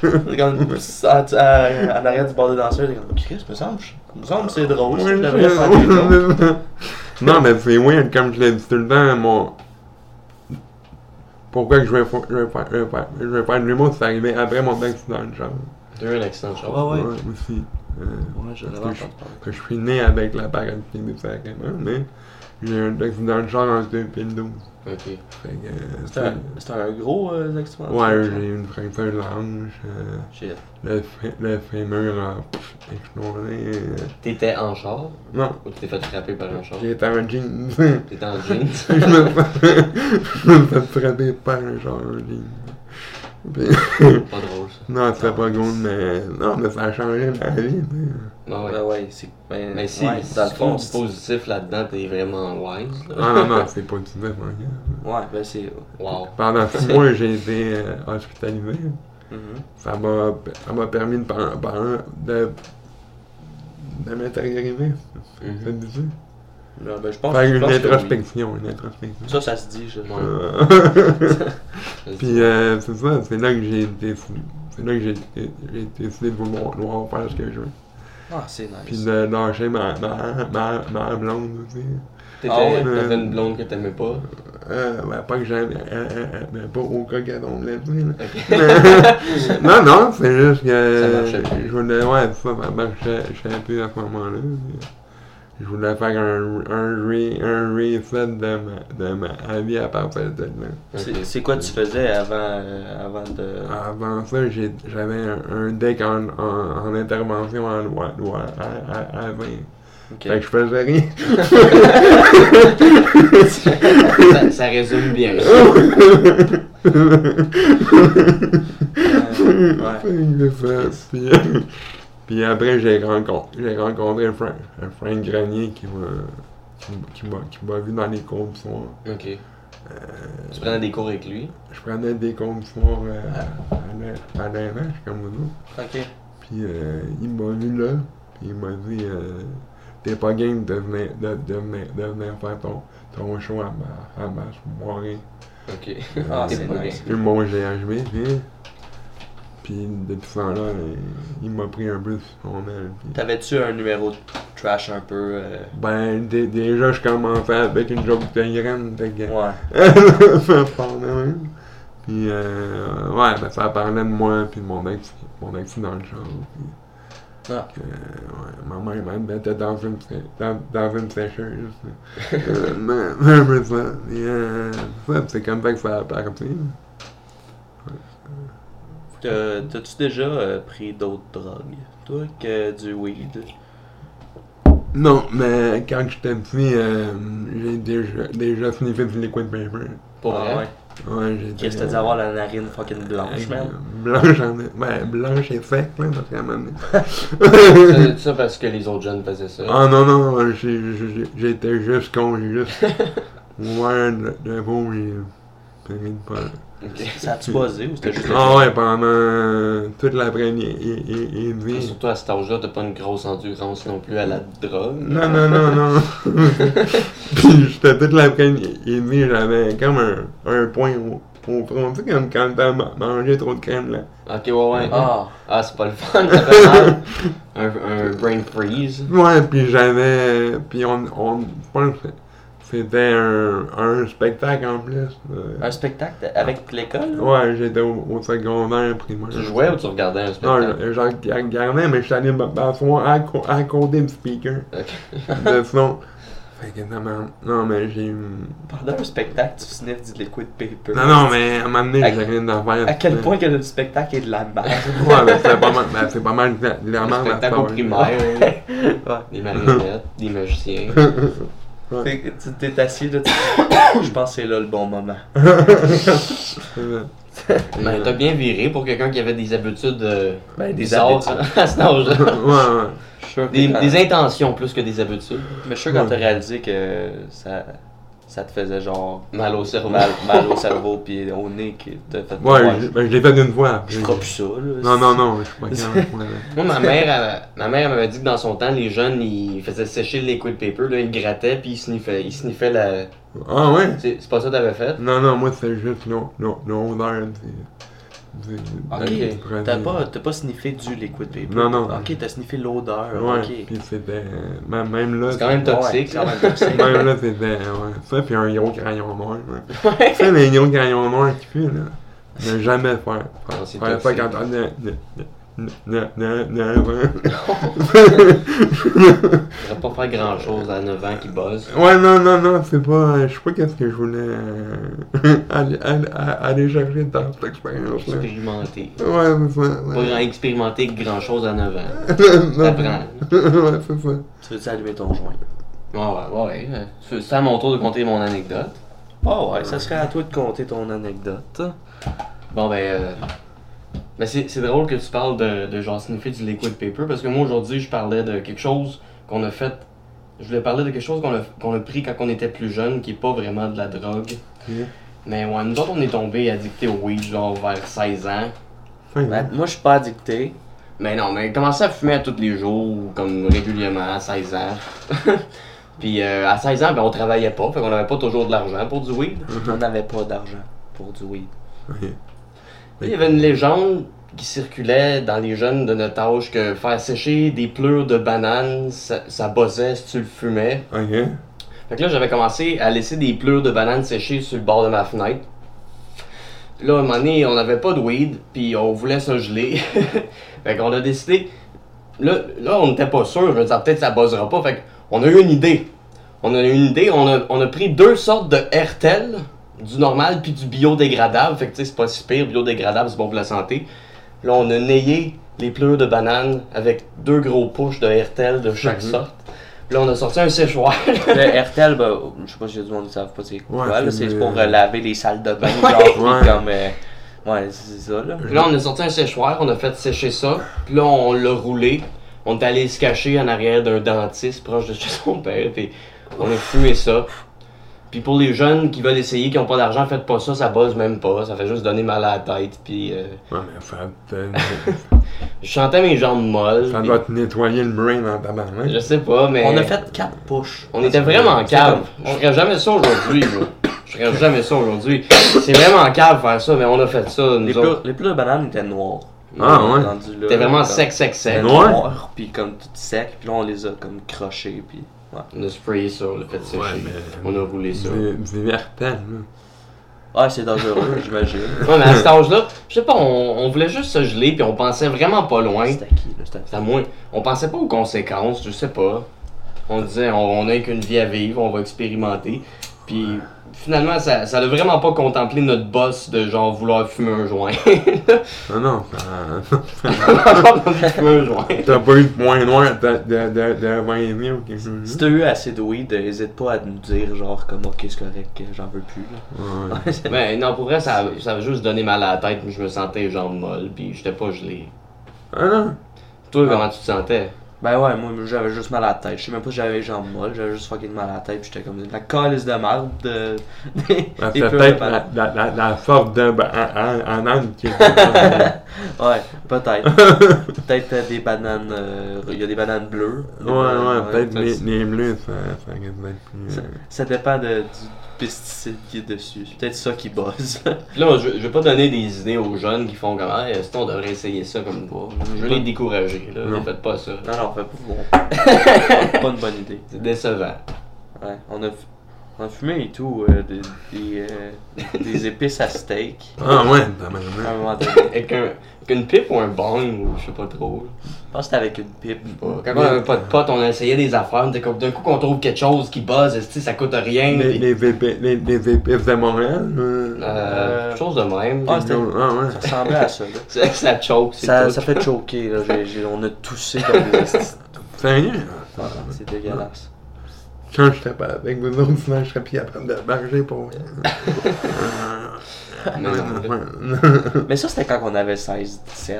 [SPEAKER 2] Tu sais, comme, pss, en, en- en arrière du bord de danseuse, t'es comme, Chris, me semble, je- me semble que c'est drôle, ça, je devrais faire des jokes.
[SPEAKER 3] non, mais c'est weird, comme je l'ai dit tout le temps, mon. Pourquoi que je vais, fa- je vais faire, je vais faire, je vais faire de l'humour, c'est arrivé après mon accident de char.
[SPEAKER 1] Deux l'accident de char.
[SPEAKER 2] Ah Ouais, ouais.
[SPEAKER 3] aussi. Euh,
[SPEAKER 2] Ouais, je l'avais
[SPEAKER 3] parce que je-
[SPEAKER 2] entendu parler.
[SPEAKER 3] que je suis né avec la paralysie du sacrément, mais j'ai eu un accident de char en 2012.
[SPEAKER 1] Ok.
[SPEAKER 3] Fait que. euh,
[SPEAKER 2] C'était un- C'était un gros euh, accident.
[SPEAKER 3] c'est- Ouais, j'ai eu une fracture de l'ange, euh,
[SPEAKER 2] Shit.
[SPEAKER 3] le, fé- le fémur a pff, explosé. euh,
[SPEAKER 1] T'étais en char
[SPEAKER 3] Non,
[SPEAKER 1] ou tu t'es fait frapper par un char?
[SPEAKER 3] j'étais en jeans.
[SPEAKER 1] T'étais en jeans?
[SPEAKER 3] je me fais, je me fais frapper par un genre de ligne. Puis-
[SPEAKER 1] pas drôle ça.
[SPEAKER 3] non, c'était pas cool, mais non, mais ça a changé ma vie. mais-
[SPEAKER 1] Non, Bah ouais.
[SPEAKER 2] Ben ouais, c'est. ben,
[SPEAKER 1] Mais si,
[SPEAKER 2] ouais,
[SPEAKER 1] si
[SPEAKER 2] dans le
[SPEAKER 1] tu
[SPEAKER 2] fond,
[SPEAKER 1] trouves du
[SPEAKER 2] c'est-
[SPEAKER 1] positif là-dedans, t'es vraiment wise. là.
[SPEAKER 3] Ah non, non, c'est pas tout ça, mon gars.
[SPEAKER 2] Ouais, ben c'est.
[SPEAKER 1] Wow.
[SPEAKER 3] Pendant six mois, j'ai été euh, hospitalisé.
[SPEAKER 2] Mhm.
[SPEAKER 3] Ça m'a, ça m'a permis de, par- par- de, de m'intérioriser. Ça dit ça?
[SPEAKER 2] Ouais, ben, je Mhm. pense
[SPEAKER 3] Faire
[SPEAKER 2] je
[SPEAKER 3] une
[SPEAKER 2] pense que oui.
[SPEAKER 3] introspection, une introspection.
[SPEAKER 2] Ça, ça se dit, je
[SPEAKER 1] Ouais.
[SPEAKER 3] Euh,
[SPEAKER 1] Vas-y.
[SPEAKER 3] Puis euh, c'est ça, c'est là que j'ai été fou. C'est là que j'ai j'ai décidé de vouloir vouloir faire ce que je veux.
[SPEAKER 2] Ah, c'est
[SPEAKER 3] Puis
[SPEAKER 2] nice.
[SPEAKER 3] de lâcher ma, ma, ma, ma blonde aussi.
[SPEAKER 1] T'étais
[SPEAKER 2] Ah ouais.
[SPEAKER 1] t'avais une blonde que t'aimais pas.
[SPEAKER 3] Euh, ben, pas que j'aime, euh, euh, mais pas au cas qu'elle tombe là-dessus. là.
[SPEAKER 1] Ok.
[SPEAKER 3] Mais- non, non, c'est juste
[SPEAKER 1] Ça
[SPEAKER 3] que.
[SPEAKER 1] marchait plus.
[SPEAKER 3] je voulais, ouais, ça, ça marchait, je savais plus à ce moment-là. puis Je voulais faire un, un, re- un reset de ma, de ma vie à partir de là.
[SPEAKER 2] C'est- C'est quoi tu faisais avant, euh, avant de.
[SPEAKER 3] Avant ça, j'ai- j'avais un, un deck en, en, en intervention en loi, loi à, à, à 20.
[SPEAKER 2] Ok.
[SPEAKER 3] Fait que je faisais rien.
[SPEAKER 1] ça, ça résume bien. ça.
[SPEAKER 2] Euh, ouais.
[SPEAKER 3] Fait que ça, puis, euh, Puis après, j'ai rencontré, j'ai rencontré Frank, Frank Grenier qui m'a, qui, m'a- qui m'a- qui m'a vu dans les cours du soir.
[SPEAKER 1] Ok.
[SPEAKER 3] Euh,
[SPEAKER 1] Tu prenais des cours avec lui.
[SPEAKER 3] je prenais des cours du soir euh, à l'A- à l'RH, comme vous autres.
[SPEAKER 2] Ok.
[SPEAKER 3] Puis euh, il m'a vu là, puis il m'a dit euh, T'es pas game de venir, de, de venir, de venir faire ton, ton show à ma, à ma soirée.
[SPEAKER 1] Ok.
[SPEAKER 2] Ah,
[SPEAKER 1] T'es
[SPEAKER 2] c'est
[SPEAKER 1] pas
[SPEAKER 2] nice.
[SPEAKER 3] Puis mon GHB, puis. Puis depuis ce temps-là, euh, il m'a pris un peu sur son aile. puis-
[SPEAKER 2] T'avais-tu un numéro de trash un peu euh,
[SPEAKER 3] Ben, dé- déjà, je commençais avec une joke de graine, fait que.
[SPEAKER 2] Ouais.
[SPEAKER 3] ça parlait, ouais. Puis, euh, ouais, ben, ça parlait de moi, puis de mon, ex, mon accident de char. Puis,
[SPEAKER 2] Ah.
[SPEAKER 3] que, ouais, ma mère m'a mettait dans une, sé- dans, dans une sécheuse. euh, mais- mais un peu ça. Puis, euh, ça, c'est comme ça que ça a parti.
[SPEAKER 2] T'as- T'as-tu déjà euh, pris d'autres drogues? Toi, que du weed?
[SPEAKER 3] Non, mais quand j'étais petit, euh, j'ai déjà, déjà sniffé du liquid paper.
[SPEAKER 1] Pour vrai?
[SPEAKER 2] ah, ouais.
[SPEAKER 3] Ouais, j'étais...
[SPEAKER 2] Qu'est-ce que t'as dû avoir la narine fucking blanche, man?
[SPEAKER 3] Blanche en... Ouais, blanche et sec, là, parce qu'à un moment donné-
[SPEAKER 1] Tu
[SPEAKER 2] Euh,
[SPEAKER 1] faisais ça parce que les autres jeunes faisaient ça.
[SPEAKER 3] Ah non, non, j'ai- j'ai- j'étais juste con, j'ai juste ouvert le, le pot et euh, j'ai fini de parler.
[SPEAKER 1] Ok.
[SPEAKER 2] Ça a-tu buzzé ou c'était juste.
[SPEAKER 3] Ah ouais, pendant euh, toute l'après-midi.
[SPEAKER 1] Et surtout à cet âge-là, t'as pas une grosse endurance non plus à la drogue.
[SPEAKER 3] Non, non, non, non. Puis j'étais toute l'après-midi, j'avais comme un, un point au, au front. Tu sais, comme quand t'as ma- mangé trop de crème, là.
[SPEAKER 1] Ok, ouais, ouais. Ah,
[SPEAKER 2] Ah!
[SPEAKER 1] c'est pas le fun, ça fait mal. Un, un brain freeze.
[SPEAKER 3] Ouais, puis j'avais. Puis on. on je pense que c'était un, un spectacle en plus. euh,
[SPEAKER 1] Ah.
[SPEAKER 2] Un spectacle de- avec l'école? là?
[SPEAKER 3] Ouais, j'étais au, au secondaire, primaire.
[SPEAKER 1] Tu jouais ou tu regardais un
[SPEAKER 3] Non, euh,
[SPEAKER 1] spectacle?
[SPEAKER 3] Ah, je- j'en regardais, mais je suis allé m'asseoir à, co- à côté du speaker,
[SPEAKER 1] Ok.
[SPEAKER 3] de son. Fait que ça m'a... Non, mais j'ai... Non,
[SPEAKER 2] Pendant un spectacle, tu sniffes du liquid paper.
[SPEAKER 3] non, mais à un moment donné,
[SPEAKER 2] À-
[SPEAKER 3] j'ai rien à faire.
[SPEAKER 2] À quel point que le spectacle est de la merde?
[SPEAKER 3] Ouais, mais c'est pas mal, mais c'est pas mal de la, de la
[SPEAKER 1] Un
[SPEAKER 3] merde, la
[SPEAKER 1] spectacle au
[SPEAKER 3] soirée.
[SPEAKER 1] primaire,
[SPEAKER 2] ouais.
[SPEAKER 1] des marionnettes, des magiciens.
[SPEAKER 3] Ouais.
[SPEAKER 2] Fait que Tu t'es assis là, tu- je pense que c'est là le bon moment.
[SPEAKER 1] Ben, t'as bien viré pour quelqu'un qui avait des habitudes euh,
[SPEAKER 2] Ben,
[SPEAKER 1] bizarres à cet âge-là.
[SPEAKER 3] ouais, ouais.
[SPEAKER 2] Je suis sûr que
[SPEAKER 1] Des,
[SPEAKER 2] quand-
[SPEAKER 1] des intentions plus que des habitudes.
[SPEAKER 2] Mais je suis sûr quand t'as réalisé que ça, ça te faisait genre
[SPEAKER 1] Mal au cerveau.
[SPEAKER 2] mal, mal au cerveau puis au nez que t'as fait.
[SPEAKER 3] Ouais, je, ben, je l'ai fait une fois.
[SPEAKER 2] je ferai plus ça là.
[SPEAKER 3] Non, non, non, je suis pas capable. ouais.
[SPEAKER 1] Moi, ma mère, elle- ma mère elle m'avait dit que dans son temps, les jeunes, ils faisaient sécher le liquid paper, là, ils le grattaient, puis ils sniffaient, ils sniffaient la...
[SPEAKER 3] Ah ouais?
[SPEAKER 1] C'est c'est pas ça que t'avais fait?
[SPEAKER 3] Non, non, moi, c'est juste l'o- l'o- l'odeur du... du- du
[SPEAKER 2] Ok,
[SPEAKER 3] produit.
[SPEAKER 2] t'as pas, t'as pas sniffé du liquid paper.
[SPEAKER 3] Non, non.
[SPEAKER 2] Ok, t'as sniffé l'odeur.
[SPEAKER 3] Ouais,
[SPEAKER 2] Ok.
[SPEAKER 3] puis c'était... Même même là...
[SPEAKER 1] C'est quand même toxique,
[SPEAKER 2] Ouais,
[SPEAKER 1] là.
[SPEAKER 2] quand même toxique.
[SPEAKER 3] Même là, c'était ouais, ça, puis un gros crayon noir. Ouais. tu sais, les gros crayons noirs qui puent, là. Ne jamais faire.
[SPEAKER 1] Non,
[SPEAKER 3] Faire,
[SPEAKER 1] c'est
[SPEAKER 3] faire ça
[SPEAKER 1] toxique.
[SPEAKER 3] quand on ne ne- ne- ne- ne-
[SPEAKER 1] Tu pourrais pas faire grand-chose à 9 ans qui bosse.
[SPEAKER 3] Ouais, non, non, non, c'est pas. euh, Je sais pas qu'est-ce que je voulais euh, aller, aller, aller chercher dans cette expérience-là. Ouais,
[SPEAKER 1] Expérimenter.
[SPEAKER 3] c'est ça.
[SPEAKER 1] Pas
[SPEAKER 3] Ouais.
[SPEAKER 1] grand expérimenter grand-chose à 9 ans.
[SPEAKER 3] Non.
[SPEAKER 1] T'apprends.
[SPEAKER 3] ouais, c'est ça.
[SPEAKER 2] Tu veux-tu allumer ton joint?
[SPEAKER 1] Ouais, ouais, ouais, ouais. C'est- C'est à mon tour de compter mon anecdote.
[SPEAKER 2] Ah ouais, ça serait à toi de compter ton anecdote.
[SPEAKER 1] Bon, ben. euh, ben, c'est c'est drôle que tu parles de, de genre sniffer du liquid paper parce que moi aujourd'hui, je parlais de quelque chose qu'on a fait. Je voulais parler de quelque chose qu'on a, qu'on a pris quand on était plus jeune, qui est pas vraiment de la drogue.
[SPEAKER 3] Ok.
[SPEAKER 1] Mais ouais, nous autres, on est tombés addictés au weed genre vers 16 ans.
[SPEAKER 3] Fin,
[SPEAKER 2] Ben, moi, je suis pas addicté.
[SPEAKER 1] Mais non, mais commencer à fumer à tous les jours, comme régulièrement, à 16 ans. Puis euh, à 16 ans, ben, on travaillait pas, fait qu'on n'avait pas toujours de l'argent pour du weed.
[SPEAKER 3] Mhm.
[SPEAKER 2] On n'avait pas d'argent pour du weed.
[SPEAKER 3] ok.
[SPEAKER 1] Il y avait une légende qui circulait dans les jeunes de notre âge que faire sécher des pleurs de bananes, ça, ça bossait si tu le fumais.
[SPEAKER 3] Ok.
[SPEAKER 1] Fait que là, j'avais commencé à laisser des pleurs de bananes sécher sur le bord de ma fenêtre. Là, un moment donné, on n'avait pas de weed, puis on voulait se geler. fait qu'on a décidé. Là, là on n'était pas sûr, je veux dire, peut-être ça buzzera pas. Fait qu'on a eu une idée. On a eu une idée, on a, on a pris deux sortes de RTL, du normal puis du biodégradable. Fait que tu sais, c'est pas si pire, biodégradable, c'est bon pour la santé. Là, on a nayé les pleurs de bananes avec deux gros pushs de RTL de chaque
[SPEAKER 3] Mhm.
[SPEAKER 1] sorte. Puis là, on a sorti un séchoir.
[SPEAKER 2] Le RTL, ben, je sais pas si y a du monde qui savent pas c'est quoi,
[SPEAKER 3] Ouais,
[SPEAKER 2] là,
[SPEAKER 3] c'est
[SPEAKER 2] c'est
[SPEAKER 3] le-
[SPEAKER 2] pour euh, laver les salles de bain, genre, puis
[SPEAKER 3] Ouais.
[SPEAKER 2] comme, euh, ouais, c'est ça, là.
[SPEAKER 1] Puis Là, on a sorti un séchoir, on a fait sécher ça, puis là, on l'a roulé, on est allé se cacher en arrière d'un dentiste proche de chez son père, puis on a fumé ça. Puis pour les jeunes qui veulent essayer, qui n'ont pas d'argent, faites pas ça, ça buzz même pas, ça fait juste donner mal à la tête, puis euh,
[SPEAKER 3] Ouais, mais ça, te-
[SPEAKER 1] je sentais mes jambes molles.
[SPEAKER 3] ça
[SPEAKER 1] puis
[SPEAKER 3] doit te nettoyer le brain dans ta barre.
[SPEAKER 1] Je sais pas, mais...
[SPEAKER 2] On a fait 4 push.
[SPEAKER 1] On était vraiment
[SPEAKER 2] C'est
[SPEAKER 1] cave.
[SPEAKER 2] comme-
[SPEAKER 1] Je ferais jamais ça aujourd'hui, bro. Je ferais jamais ça aujourd'hui. C'est vraiment cave faire ça, mais on a fait ça,
[SPEAKER 2] Les
[SPEAKER 1] nous
[SPEAKER 2] plats,
[SPEAKER 1] autres.
[SPEAKER 2] les plats de bananes étaient noirs.
[SPEAKER 3] Ah, ouais.
[SPEAKER 2] Rendu là,
[SPEAKER 1] C'était vraiment
[SPEAKER 2] dans-
[SPEAKER 1] sec, sec, sec.
[SPEAKER 2] Noirs,
[SPEAKER 3] Noir?
[SPEAKER 2] puis comme tout sec, puis là on les a comme crochés, puis ouais.
[SPEAKER 1] On a sprayé ça, on l'a fait sécher.
[SPEAKER 3] euh,
[SPEAKER 1] On a roulé ça.
[SPEAKER 3] Du, du vertel,
[SPEAKER 2] Ah, c'est dangereux, j'imagine.
[SPEAKER 1] Ouais, mais à cet âge-là, je sais pas, on, on voulait juste se geler, puis on pensait vraiment pas loin.
[SPEAKER 2] C'était qui là C'était
[SPEAKER 1] C'était à moins. On pensait pas aux conséquences, je sais pas. On disait, on on a qu'une vie à vivre, on va expérimenter. Puis finalement, ça ça l'a vraiment pas contemplé notre boss de genre vouloir fumer un joint.
[SPEAKER 3] là. Non, non, ça-
[SPEAKER 1] On a pas envie de fumer un joint.
[SPEAKER 3] t'as pas eu de point noir de, de, de, de 20 et demi ou quelque chose.
[SPEAKER 2] Si t'as eu assez de weed, euh, hésite pas à nous dire genre comme ok c'est correct, euh, j'en veux plus.
[SPEAKER 3] Ouais.
[SPEAKER 2] là. C'est-
[SPEAKER 1] Mais non, pour vrai, ça, ça avait juste donné mal à la tête, mais je me sentais les jambes molles, puis j'étais pas gelé.
[SPEAKER 3] Ah non,
[SPEAKER 1] Toi,
[SPEAKER 2] Ah.
[SPEAKER 1] comment tu te sentais?
[SPEAKER 2] ben ouais, moi j'avais juste mal à la tête. Je sais même pas si j'avais les jambes molles, j'avais juste fucking mal à la tête, puis j'étais comme la calice de merde de. des-
[SPEAKER 3] c'est
[SPEAKER 2] des plats de
[SPEAKER 3] peut-être la,
[SPEAKER 2] bananes.
[SPEAKER 3] la, la, la sorte de ba- en- en en âme qui
[SPEAKER 2] Ouais, peut-être. peut-être euh, des bananes. euh, Il y a des bananes bleues.
[SPEAKER 3] Ouais, ouais, peut-être
[SPEAKER 2] ça-
[SPEAKER 3] les, les bleus, ça, ça risque d'être plus.
[SPEAKER 2] Ça,
[SPEAKER 3] euh,
[SPEAKER 2] ça dépend de, du pesticide qui est dessus. C'est peut-être ça qui buzz.
[SPEAKER 1] Puis là, moi, je, je vais pas donner des idées aux jeunes qui font comme Ah, est-ce qu'on devrait essayer ça comme toi? Je veux les décourager, là.
[SPEAKER 3] Non.
[SPEAKER 1] Faites pas ça.
[SPEAKER 2] non, non, fait pas bon. pas une bonne idée.
[SPEAKER 1] C'est décevant.
[SPEAKER 2] Ouais, on a, fu- on a fumé et tout, euh, des, des, euh, des épices à steak.
[SPEAKER 3] Ah ouais, t'as
[SPEAKER 2] À un
[SPEAKER 3] mal.
[SPEAKER 2] moment donné.
[SPEAKER 1] Avec, un- avec une pipe ou un bong, ou je sais pas trop. là.
[SPEAKER 2] Je pense que c'était avec une pipe.
[SPEAKER 1] Je sais pas. Quand on avait pas de potes, on essayait des affaires, on était comme d'un coup qu'on trouve quelque chose qui buzz, esti, ça coûte rien.
[SPEAKER 3] Les,
[SPEAKER 1] puis-
[SPEAKER 3] les, épi- les, les épices de Montréal. euh,
[SPEAKER 1] Euh, quelque chose de même.
[SPEAKER 2] Ah, c'était-
[SPEAKER 3] Ah ouais.
[SPEAKER 2] Ça ressemblait à ça, là.
[SPEAKER 1] ça, ça choke, c'est
[SPEAKER 2] Ça,
[SPEAKER 1] tout.
[SPEAKER 2] ça fait choquer, là. J'ai- j'ai- on a toussé comme des esti-
[SPEAKER 3] Sérieux?
[SPEAKER 2] Ah, C'est dégueulasse.
[SPEAKER 3] Quand j'étais pas avec vous autres, sinon je serais plus capable de marcher pour rien.
[SPEAKER 1] Mais non, là.
[SPEAKER 2] Mais ça, c'était quand on avait 16-17.
[SPEAKER 3] Ah,
[SPEAKER 2] là,
[SPEAKER 3] yeah,
[SPEAKER 2] t'sais,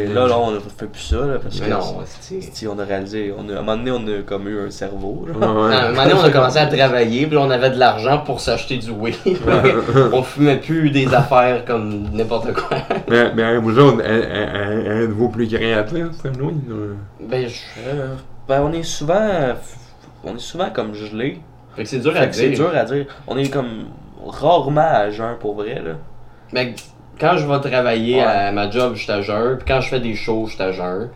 [SPEAKER 3] yeah, yeah.
[SPEAKER 2] là, là, on ne fait plus ça, là, parce que
[SPEAKER 1] Mais non, esti.
[SPEAKER 2] Si on a réalisé, on a, à un moment donné, on a comme eu un cerveau. Là.
[SPEAKER 3] Ah,
[SPEAKER 1] Non, à un
[SPEAKER 3] ouais.
[SPEAKER 1] moment donné, on a commencé à travailler, puis là, on avait de l'argent pour s'acheter du weed. on fumait plus des affaires comme n'importe quoi.
[SPEAKER 3] Mais, mais vous autres, ê- ê- ê- êtes-vous plus créatifs, c'est nous? nous?
[SPEAKER 1] Ben, je...
[SPEAKER 2] Euh, ben, on est souvent, euh, f- on est souvent comme gelé.
[SPEAKER 1] Fait que c'est dur à
[SPEAKER 2] Fait que C'est
[SPEAKER 1] dire.
[SPEAKER 2] dur à dire. On est comme rarement à jeun pour vrai là.
[SPEAKER 1] Mais quand je vais travailler
[SPEAKER 2] Ouais.
[SPEAKER 1] à ma job, je suis à jeun, puis quand je fais des shows, je suis à jeun.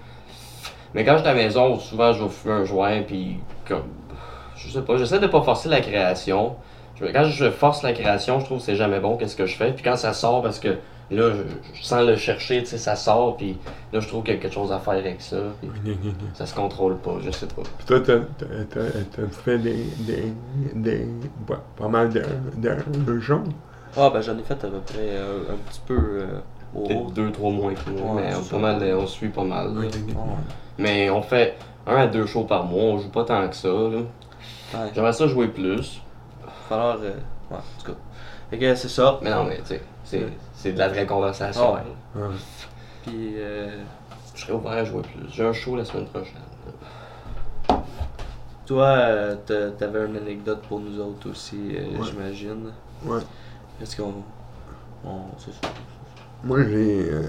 [SPEAKER 1] Mais quand je suis à la maison, souvent, je vais fumer un joint, puis comme... Je sais pas, j'essaie de pas forcer la création. Je- Quand je force la création, je trouve que c'est jamais bon, qu'est-ce que je fais. Puis quand ça sort, parce que là, je, je sens le chercher, tu sais, ça sort, puis là, je trouve qu'il y a quelque chose à faire avec ça. puis- Ça se contrôle pas, je sais pas.
[SPEAKER 3] Puis toi, t'as- t'as t'as- t'as fait des, des, des, pas, pas mal de, de, de choses.
[SPEAKER 2] Ah ben j'en ai fait à peu près euh, un petit peu euh, au
[SPEAKER 1] Peut-être deux, trois mois que moi,
[SPEAKER 2] Ouais,
[SPEAKER 1] mais
[SPEAKER 2] c'est
[SPEAKER 1] on,
[SPEAKER 2] ça.
[SPEAKER 1] pas mal, on suit pas mal. là.
[SPEAKER 2] Ouais.
[SPEAKER 1] Mais on fait un à deux shows par mois, on joue pas tant que ça. là.
[SPEAKER 2] Ouais.
[SPEAKER 1] J'aimerais ça jouer plus,
[SPEAKER 2] Falloir, euh, ouais, en tout cas. Fait que c'est ça.
[SPEAKER 1] mais non, mais tu sais, c'est-
[SPEAKER 2] Ouais.
[SPEAKER 1] c'est de la vraie conversation.
[SPEAKER 2] Ah Ouais.
[SPEAKER 3] Ouais.
[SPEAKER 2] Puis euh,
[SPEAKER 1] Je serais ouvert à jouer plus. J'ai un show la semaine prochaine.
[SPEAKER 2] toi, euh, t'a- t'avais une anecdote pour nous autres aussi, euh,
[SPEAKER 3] Ouais.
[SPEAKER 2] j'imagine.
[SPEAKER 3] Ouais.
[SPEAKER 2] Parce qu'on, on, c'est ça.
[SPEAKER 3] Moi, j'ai. euh,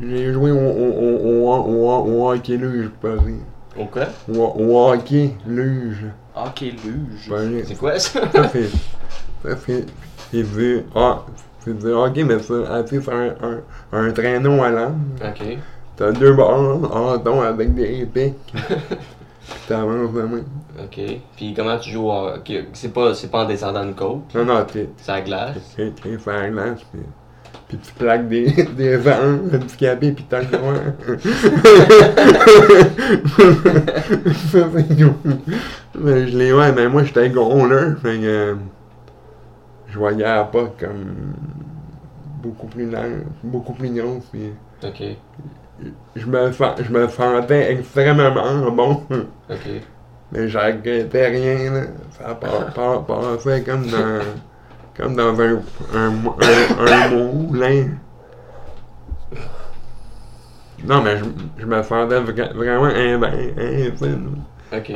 [SPEAKER 3] j'ai joué au, au, au, au, au, au hockey luge, pareil.
[SPEAKER 1] Ok.
[SPEAKER 3] Au, au hockey luge,
[SPEAKER 2] Hockey luge.
[SPEAKER 3] pareil.
[SPEAKER 1] C'est quoi ça?
[SPEAKER 3] Ça, c'est. Ça, c'est. C'est du. Ah, c'est du hockey, mais c'est assis sur un, un, un traîneau à l'âme.
[SPEAKER 1] ok.
[SPEAKER 3] T'as deux barres en ton avec des pics. Pis t'avances de main.
[SPEAKER 1] Ok. Puis comment tu joues au hockey? C'est pas, c'est pas en descendant une côte,
[SPEAKER 3] Non, non, t'es.
[SPEAKER 1] c'est à la glace.
[SPEAKER 3] T'es t'es sur la glace, pis. Pis tu plaques des, des vents handicapés pis t'as le droit. Ça, c'est cool. Mais je les ouais, mais moi j'étais goaler, fait que. euh, Je voyais la pas comme. Beaucoup plus large, beaucoup plus grosse, pis.
[SPEAKER 1] Ok.
[SPEAKER 3] Je me, sens- je me sentais extrêmement bon.
[SPEAKER 1] Ok.
[SPEAKER 3] Mais j'arrêtais rien, là. Ça par- par- passait comme dans, comme dans un, un, un, un moulin. Non, mais je, je me sentais vra- vraiment invi- invincible.
[SPEAKER 1] Ok.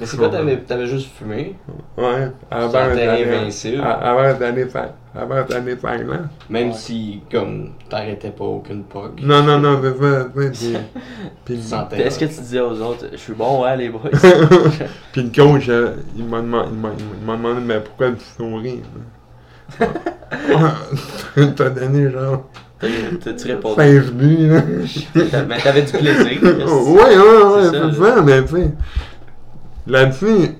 [SPEAKER 1] Mais c'est quoi, t'avais t'avais juste fumé?
[SPEAKER 3] Ouais, avant
[SPEAKER 1] sentais
[SPEAKER 3] d'aller-
[SPEAKER 1] invincible.
[SPEAKER 3] a- Avant d'aller sa- avant d'aller sanglant.
[SPEAKER 1] Même
[SPEAKER 2] Ouais.
[SPEAKER 1] si, comme, t'arrêtais pas aucune pog.
[SPEAKER 3] Non, non, non, c'est ça, tu sais, puis-
[SPEAKER 1] Tu
[SPEAKER 3] puis-
[SPEAKER 1] sentais.
[SPEAKER 2] Puis Est-ce que tu disais aux autres, je suis bon, ouais, les boys?
[SPEAKER 3] Puis le coach, euh, il m'a demandé, il m'a- il m'a demandé, mais pourquoi tu souris? là? Ouais, T'as donné genre
[SPEAKER 2] T'as- T'as-tu répondu?
[SPEAKER 3] 5 buts, là.
[SPEAKER 2] T'as- Mais t'avais du
[SPEAKER 3] Ouais, ouais,
[SPEAKER 2] plaisir.
[SPEAKER 3] ouais,
[SPEAKER 2] C'est
[SPEAKER 3] c'est
[SPEAKER 2] ça,
[SPEAKER 3] ça,
[SPEAKER 2] là.
[SPEAKER 3] mais tu sais, là-dessus,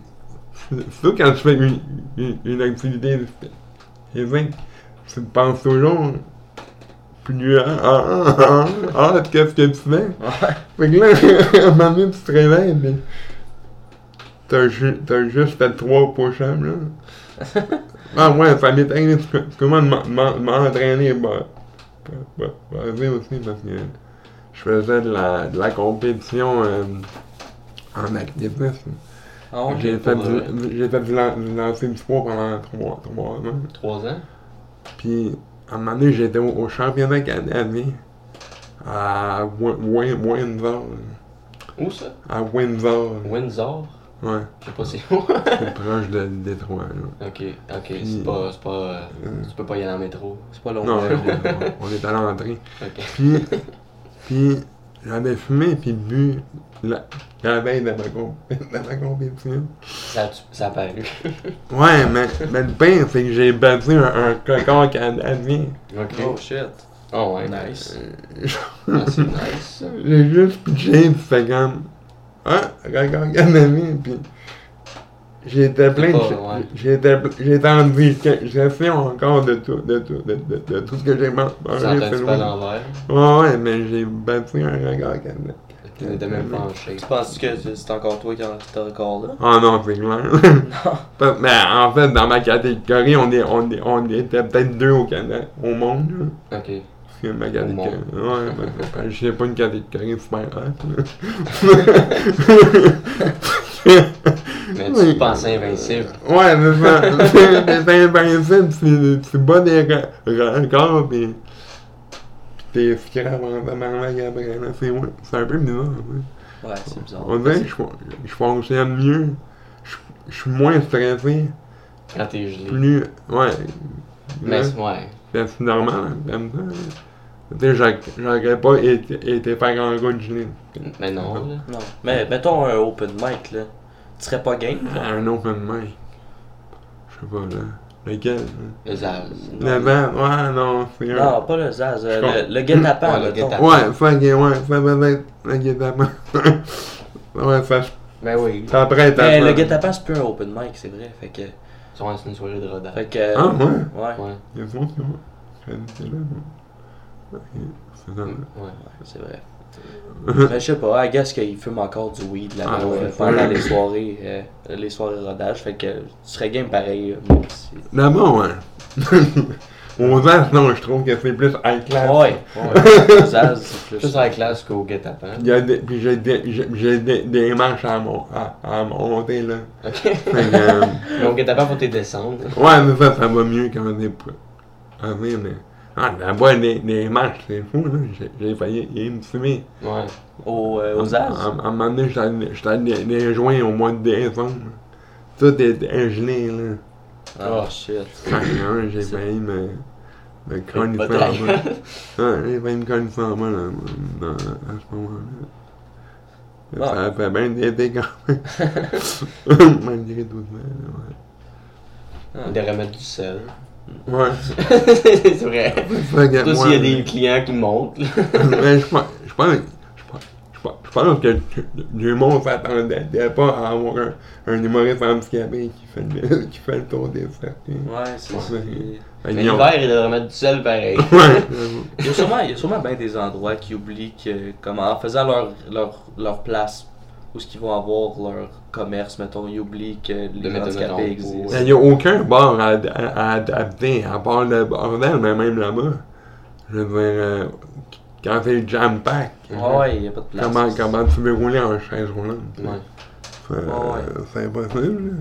[SPEAKER 3] c'est- surtout quand tu fais une, une, une activité physique, tu penses toujours plus à, ah, ah, ah, ah, qu'est-ce que tu fais?
[SPEAKER 2] Ouais.
[SPEAKER 3] Fait que là, à un moment donné, tu te réveilles, mais t'as, ju- t'as juste fait trois push-ups, là. Ah ouais, ça m'éteint, là, tu peux- tu commences à m'en- m'en- m'entraîner, bah, bah, bah, vas-y aussi, parce que je faisais de la, de la compétition euh, en activisme.
[SPEAKER 2] Ah, ouais,
[SPEAKER 3] J'ai
[SPEAKER 2] pas
[SPEAKER 3] fait,
[SPEAKER 2] vrai.
[SPEAKER 3] du, j'ai fait du lan- du lancer du poids pendant trois, trois ans.
[SPEAKER 1] Trois ans?
[SPEAKER 3] Puis, à un moment donné, j'étais au, au championnat canadien à Wi- Wi- Windsor.
[SPEAKER 1] Où ça?
[SPEAKER 3] À Windsor.
[SPEAKER 1] Windsor?
[SPEAKER 3] Ouais,
[SPEAKER 1] Je sais pas si. ok,
[SPEAKER 3] c'est proche de Détroit. Là.
[SPEAKER 1] ok. C'est pas. C'est pas. euh, Tu peux pas y aller en métro.
[SPEAKER 2] C'est pas long.
[SPEAKER 3] Non, ouais, on- on est à l'entrée.
[SPEAKER 1] Ok.
[SPEAKER 3] euh, Puis, puis j'avais fumé puis bu la, la veille de ma, com- de ma compétition.
[SPEAKER 1] Ça a, ça a paru.
[SPEAKER 3] Ouais, mais, mais le pire, c'est que j'ai battu un, un record canadien.
[SPEAKER 1] Ok.
[SPEAKER 2] Oh shit.
[SPEAKER 1] Oh ouais.
[SPEAKER 2] Nice.
[SPEAKER 3] Euh,
[SPEAKER 1] Ah, c'est nice. ça.
[SPEAKER 3] J'ai juste pitché, pis fait comme. Ah, regarde, regarde ami, pis. J'étais plein de.
[SPEAKER 1] pas,
[SPEAKER 3] ch-
[SPEAKER 1] ouais.
[SPEAKER 3] J'étais j'étais en discussion encore de tout, de tout, de, de, de tout ce que j'ai man-
[SPEAKER 1] Tu
[SPEAKER 3] mangé.
[SPEAKER 1] sentais un
[SPEAKER 3] c'est
[SPEAKER 1] petit peu à
[SPEAKER 3] loin.
[SPEAKER 1] l'envers.
[SPEAKER 3] Ouais, ouais, mais j'ai battu un regard canadien.
[SPEAKER 1] Tu n'étais même pas en shape.
[SPEAKER 2] Tu penses que tu- c'est encore toi qui as ce record-là?
[SPEAKER 3] Ah non, c'est clair.
[SPEAKER 2] Non.
[SPEAKER 3] Parce- mais en fait, dans ma catégorie, on, est, on, est, on était peut-être deux au, Canada, au monde. Là.
[SPEAKER 1] Ok.
[SPEAKER 3] C'est ma catégorie.
[SPEAKER 1] monde.
[SPEAKER 3] Ouais, ben, ben, j'ai pas une catégorie super haute.
[SPEAKER 1] Mais tu te pensais invincible.
[SPEAKER 3] Ouais, mais ça. T'es t'es invincible, tu, tu bats des re- records, pis. pis t'es fier avant de m'arriver après. là. C'est ouais, c'est un peu bizarre. ouais.
[SPEAKER 2] Ouais, c'est bizarre.
[SPEAKER 3] On dirait que je je fonctionne mieux. Je- Je suis moins stressé,
[SPEAKER 1] Quand t'es gelé.
[SPEAKER 3] plus. Ouais.
[SPEAKER 1] Mais
[SPEAKER 3] Là.
[SPEAKER 1] c'est- ouais.
[SPEAKER 3] Ben, c'est normal, hein, comme ça. hein. Tu sais, j'aurais- j'aurais pas été, été faire un gars de gelée.
[SPEAKER 1] Mais non, là.
[SPEAKER 2] Non. Mais mettons un open mic, là. Tu serais pas game?
[SPEAKER 3] À Un open mic. Je sais pas, là. Lequel? hein?
[SPEAKER 1] Le Zaz.
[SPEAKER 3] Le vent? Ouais, non, c'est un.
[SPEAKER 2] Non, pas le Zaz. euh,
[SPEAKER 3] Je comprends.
[SPEAKER 2] le, le guet-apens,
[SPEAKER 1] Ouais, le
[SPEAKER 2] mettons.
[SPEAKER 1] guet-apens.
[SPEAKER 3] Ouais, fuck it, ouais, ça va être le guet-apens. ouais, ça,
[SPEAKER 1] Ben oui.
[SPEAKER 3] ça prête à
[SPEAKER 2] Mais
[SPEAKER 3] ça.
[SPEAKER 2] Eh, le guet-apens, c'est plus un open mic, c'est vrai. Fait que.
[SPEAKER 1] Ils sont en une soirée de rodage.
[SPEAKER 2] Fait que.
[SPEAKER 3] Ah, ouais?
[SPEAKER 2] Ouais.
[SPEAKER 1] Ouais.
[SPEAKER 3] Il y a son, c'est moi. C'est là, moi. Ok, c'est ça, là.
[SPEAKER 1] Ouais.
[SPEAKER 2] Ouais, c'est vrai. Mais je sais pas, I guess qu'il fume encore du weed là-bas
[SPEAKER 3] Ah, ouais.
[SPEAKER 2] euh, pendant les soirées, euh, les soirées rodage. Fait que tu serais game pareil. euh, même si-
[SPEAKER 3] D'abord, ouais. Aux ans, non, je trouve que c'est plus high class.
[SPEAKER 2] Ouais, ouais. Zaz, c'est plus.
[SPEAKER 1] Plus à la classe qu'au guet-apens.
[SPEAKER 3] Il y a des, puis j'ai des, j'ai- j'ai des, des marches à, mon, à, à monter, là.
[SPEAKER 1] Ok.
[SPEAKER 3] Fait que, euh,
[SPEAKER 1] Mais au guet-apens, faut t'y descendre.
[SPEAKER 3] ouais, mais ça, ça va mieux quand on est pro- Ah, mais, mais- ah, là-bas, des, des marches, c'est fou, là. J'ai- J'ai failli y me fumer.
[SPEAKER 1] Ouais.
[SPEAKER 2] Au, euh, aux
[SPEAKER 3] À
[SPEAKER 2] Zaz?
[SPEAKER 3] à- à un moment donné, j'étais j'étais des, des joints au mois de décembre. Tout était gelé, là. ah.
[SPEAKER 2] Oh shit.
[SPEAKER 3] Quand même, j'ai failli me... me
[SPEAKER 1] Pas
[SPEAKER 3] coniffer
[SPEAKER 1] ta
[SPEAKER 3] en bas.
[SPEAKER 1] gueule.
[SPEAKER 3] Ah, j'ai failli me coniffer en bas, là, dans- à ce moment-là. Ça
[SPEAKER 2] Ah.
[SPEAKER 3] a fait bien d'été quand même. Malgré tout ça, là, ouais.
[SPEAKER 2] Ah.
[SPEAKER 1] De remettre du sel.
[SPEAKER 3] Ouais.
[SPEAKER 1] c'est vrai. Toi, s'il y a des clients qui montent. là.
[SPEAKER 3] Mais je pense, je pense, je pense, je pense- je pense que du monde s'attendait pas à avoir un, un humoriste handicapé qui fait le, qui fait le tour des circuits.
[SPEAKER 2] Ouais, c'est ça.
[SPEAKER 3] Ouais. Fait
[SPEAKER 1] Mais
[SPEAKER 3] qu'ils ont-
[SPEAKER 1] l'hiver, il doit remettre du sel pareil.
[SPEAKER 3] Ouais.
[SPEAKER 2] Il y a sûrement, il y a sûrement bien des endroits qui oublient que, comme en faisant leur, leur, leur place où ce qu'ils vont avoir leur commerce, mettons, ils oublient que
[SPEAKER 1] De
[SPEAKER 2] les
[SPEAKER 1] mettre, mettons,
[SPEAKER 2] handicapés existent.
[SPEAKER 3] Il n'y a aucun bar à, à, à adapter, à part le bordel, mais même là-bas. Je veux dire, euh, quand c'est le jam-pack,
[SPEAKER 2] Ouais, ouais, il n'y a pas de place.
[SPEAKER 3] comment, comment tu veux rouler en chaise roulante?
[SPEAKER 1] Ouais.
[SPEAKER 3] C'est-
[SPEAKER 2] Ouais.
[SPEAKER 3] C'est impossible, là.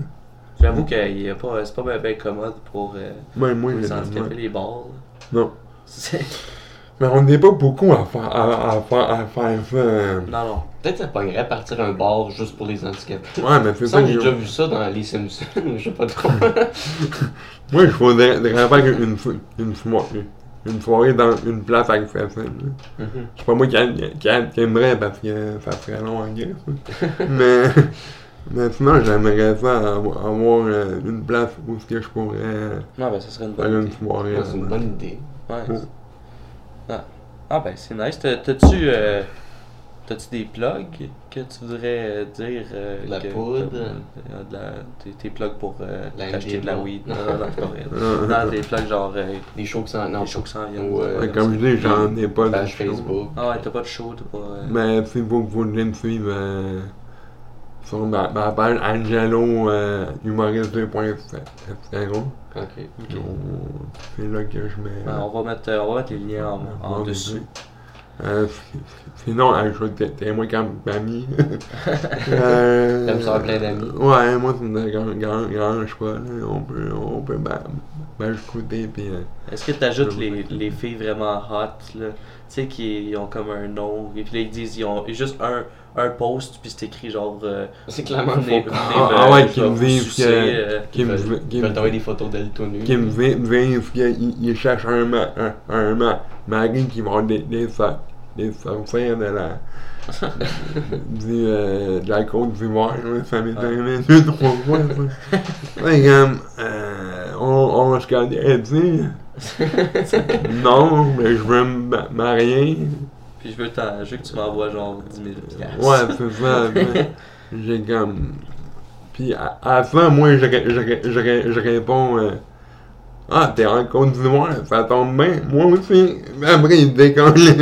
[SPEAKER 2] J'avoue que il y a pas, c'est pas bien commode pour, euh,
[SPEAKER 3] Même
[SPEAKER 2] pour
[SPEAKER 3] Ben, moi, j'ai
[SPEAKER 2] les
[SPEAKER 3] de la
[SPEAKER 2] handicapés,
[SPEAKER 3] misère.
[SPEAKER 2] les bars. là.
[SPEAKER 3] Non.
[SPEAKER 2] C'est-
[SPEAKER 3] Mais on n'est pas beaucoup à faire, à, à faire, à faire ça. euh.
[SPEAKER 2] Non, non.
[SPEAKER 1] Peut-être que ça pognerait partir un bar juste pour les handicapés.
[SPEAKER 3] Ouais, mais c'est
[SPEAKER 1] Ça,
[SPEAKER 3] ça que
[SPEAKER 1] j'ai déjà
[SPEAKER 3] je...
[SPEAKER 1] vu ça dans Les Simpsons, je sais pas trop.
[SPEAKER 3] Moi, je voudrais voudrais faire une, fo- une, soirée, une soirée dans une place accessible.
[SPEAKER 1] Mhm.
[SPEAKER 3] C'est pas moi qui, aime- qui aime- qui aimerais parce que ça serait long en guerre. ça. mais, mais sinon, j'aimerais ça avo- avoir euh, une place où est-ce que je pourrais euh,
[SPEAKER 2] Non, ben ça serait une
[SPEAKER 3] faire
[SPEAKER 2] bonne
[SPEAKER 3] une
[SPEAKER 2] idée.
[SPEAKER 3] soirée.
[SPEAKER 1] Ouais, C'est une
[SPEAKER 3] euh,
[SPEAKER 1] bonne idée.
[SPEAKER 2] Ouais.
[SPEAKER 3] Ouais.
[SPEAKER 2] Ah. Ah, ben c'est nice. T'as- T'as-tu euh, t'as-tu des plugs que tu voudrais euh, dire euh,
[SPEAKER 1] De la
[SPEAKER 2] que-
[SPEAKER 1] poudre.
[SPEAKER 2] euh, de la- tes, tes plugs pour euh,
[SPEAKER 1] La
[SPEAKER 2] t'acheter de la
[SPEAKER 1] MDMA.
[SPEAKER 2] weed. Non, non, non, c'est pas vrai.
[SPEAKER 3] Euh,
[SPEAKER 2] Non, des plugs genre euh,
[SPEAKER 1] Des shows qui s'en. Non,
[SPEAKER 2] les shows qui s'en viennent.
[SPEAKER 1] Ou, euh,
[SPEAKER 3] ouais, comme je dis, j'en ai pas de
[SPEAKER 1] page
[SPEAKER 3] show.
[SPEAKER 1] Facebook.
[SPEAKER 2] Ah ouais, t'as pas de show, t'as pas. euh,
[SPEAKER 3] Mais si vous voulez me suivre euh, sur ma, ma page Angelo euh, humoriste 2.0,
[SPEAKER 1] Ok.
[SPEAKER 2] ok.
[SPEAKER 3] on- c'est là que je mets.
[SPEAKER 1] Ah,
[SPEAKER 2] Ben, on, va mettre, euh, on va mettre les liens en, en
[SPEAKER 3] Ouais,
[SPEAKER 2] dessous.
[SPEAKER 3] mais, euh, si- si- Sinon, euh, je t'es témoin comme ami. euh,
[SPEAKER 1] T'aimes ça avoir plein d'amis.
[SPEAKER 3] Ouais, moi, c'est un grand, grand, grand choix. là. On peut, on peut ba- m'ajouter, puis euh,
[SPEAKER 2] Est-ce que t'ajoutes les, les filles vraiment hot, là? Tu sais, qui ils ont comme un nom, et puis là, ils disent, ils ont juste un, un post, puis c'est écrit genre... euh,
[SPEAKER 1] C'est clairement
[SPEAKER 2] venez-
[SPEAKER 1] faux.
[SPEAKER 2] venez
[SPEAKER 3] Ah,
[SPEAKER 2] me-
[SPEAKER 3] ah ouais,
[SPEAKER 2] je vais
[SPEAKER 3] qu'ils me
[SPEAKER 2] vous
[SPEAKER 3] disent
[SPEAKER 2] sucer,
[SPEAKER 3] que-
[SPEAKER 2] euh,
[SPEAKER 3] qui me
[SPEAKER 1] Ils veulent-
[SPEAKER 3] veut- qui
[SPEAKER 1] Ils veulent t'envoyer
[SPEAKER 3] me-
[SPEAKER 1] des photos d'elle tout nu.
[SPEAKER 3] qui me vi- vive, qu'il il cherche un, ma, un, un ma, mari qui va des, des, fa- des sorcières de la, du, euh, de la côte d'Ivoire. là. Ça m'est
[SPEAKER 2] Ouais.
[SPEAKER 3] arrivé deux, trois fois. ça. Fait que, euh, euh, on, on se connaît, tu sais. Non, mais je veux me ma- marier.
[SPEAKER 2] Puis je veux, t'en- je veux que tu m'envoies genre 10 000 piastres.
[SPEAKER 3] Ouais, c'est ça. mais J'ai comme. Puis à, à la fin, moi, je, ré- je, ré- je, ré- je réponds euh, Ah, t'es en Côte d'Ivoire, ça tombe bien. Moi aussi. Mais Après, il décolle.
[SPEAKER 2] J'ai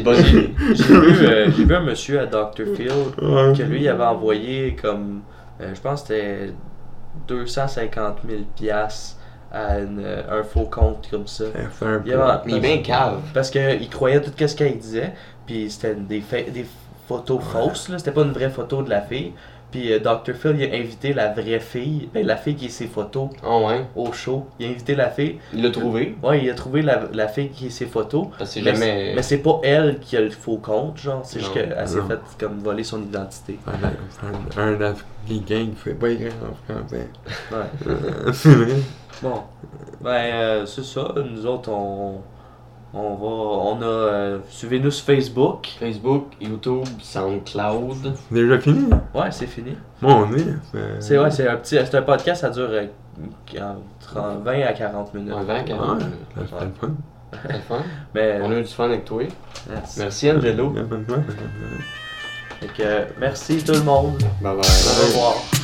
[SPEAKER 1] Bonne idée.
[SPEAKER 2] j'ai vu, euh, j'ai vu un monsieur à Dr. Phil
[SPEAKER 3] Ouais.
[SPEAKER 2] que lui il avait envoyé comme, euh, je pense que c'était 250 000 piastres à une- un faux compte comme ça.
[SPEAKER 3] Ouais, C'est un peu.
[SPEAKER 2] Il avait-
[SPEAKER 1] Mais il est bien cave.
[SPEAKER 2] Parce qu'il croyait tout ce qu'elle disait, puis c'était des, fa- des photos fausses, là. c'était pas une vraie photo de la fille. Puis euh, Dr. Phil il a invité la vraie fille, ben, la fille qui est ses photos
[SPEAKER 1] Ah ouais.
[SPEAKER 2] au show. Il a invité la fille,
[SPEAKER 1] Il l'a trouvé.
[SPEAKER 2] ouais, il a trouvé la, la fille qui est ses photos.
[SPEAKER 1] Parce que
[SPEAKER 2] Mais
[SPEAKER 1] jamais.
[SPEAKER 2] c'est- Mais c'est pas elle qui a le faux compte, genre, c'est juste
[SPEAKER 1] Non.
[SPEAKER 2] qu'elle s'est
[SPEAKER 3] Non.
[SPEAKER 2] faite comme voler son identité.
[SPEAKER 3] C'est un- c'est Un un Africain qui fait pas écrire en français.
[SPEAKER 2] Ouais.
[SPEAKER 3] Euh, C'est vrai.
[SPEAKER 2] Bon. Ben, euh, c'est ça, nous autres, on, on va. On a. euh, Suivez-nous sur Facebook.
[SPEAKER 1] Facebook, YouTube, SoundCloud.
[SPEAKER 3] C'est déjà fini. hein.
[SPEAKER 2] Ouais, c'est fini.
[SPEAKER 3] Mon dieu. c'est-
[SPEAKER 2] C'est ouais, c'est un petit. C'est un podcast, ça dure euh, entre 20 à 40 minutes.
[SPEAKER 1] Un vent, quand
[SPEAKER 3] Ouais,
[SPEAKER 1] même.
[SPEAKER 3] ça, c'est le fun.
[SPEAKER 1] C'était le fun.
[SPEAKER 2] Mais.
[SPEAKER 1] On a eu du fun avec toi.
[SPEAKER 2] merci.
[SPEAKER 1] Merci Angelo.
[SPEAKER 3] Ouais, c'est le fun.
[SPEAKER 2] Fait que, euh, merci tout le monde.
[SPEAKER 1] Bye
[SPEAKER 2] Au
[SPEAKER 1] bye.
[SPEAKER 2] revoir.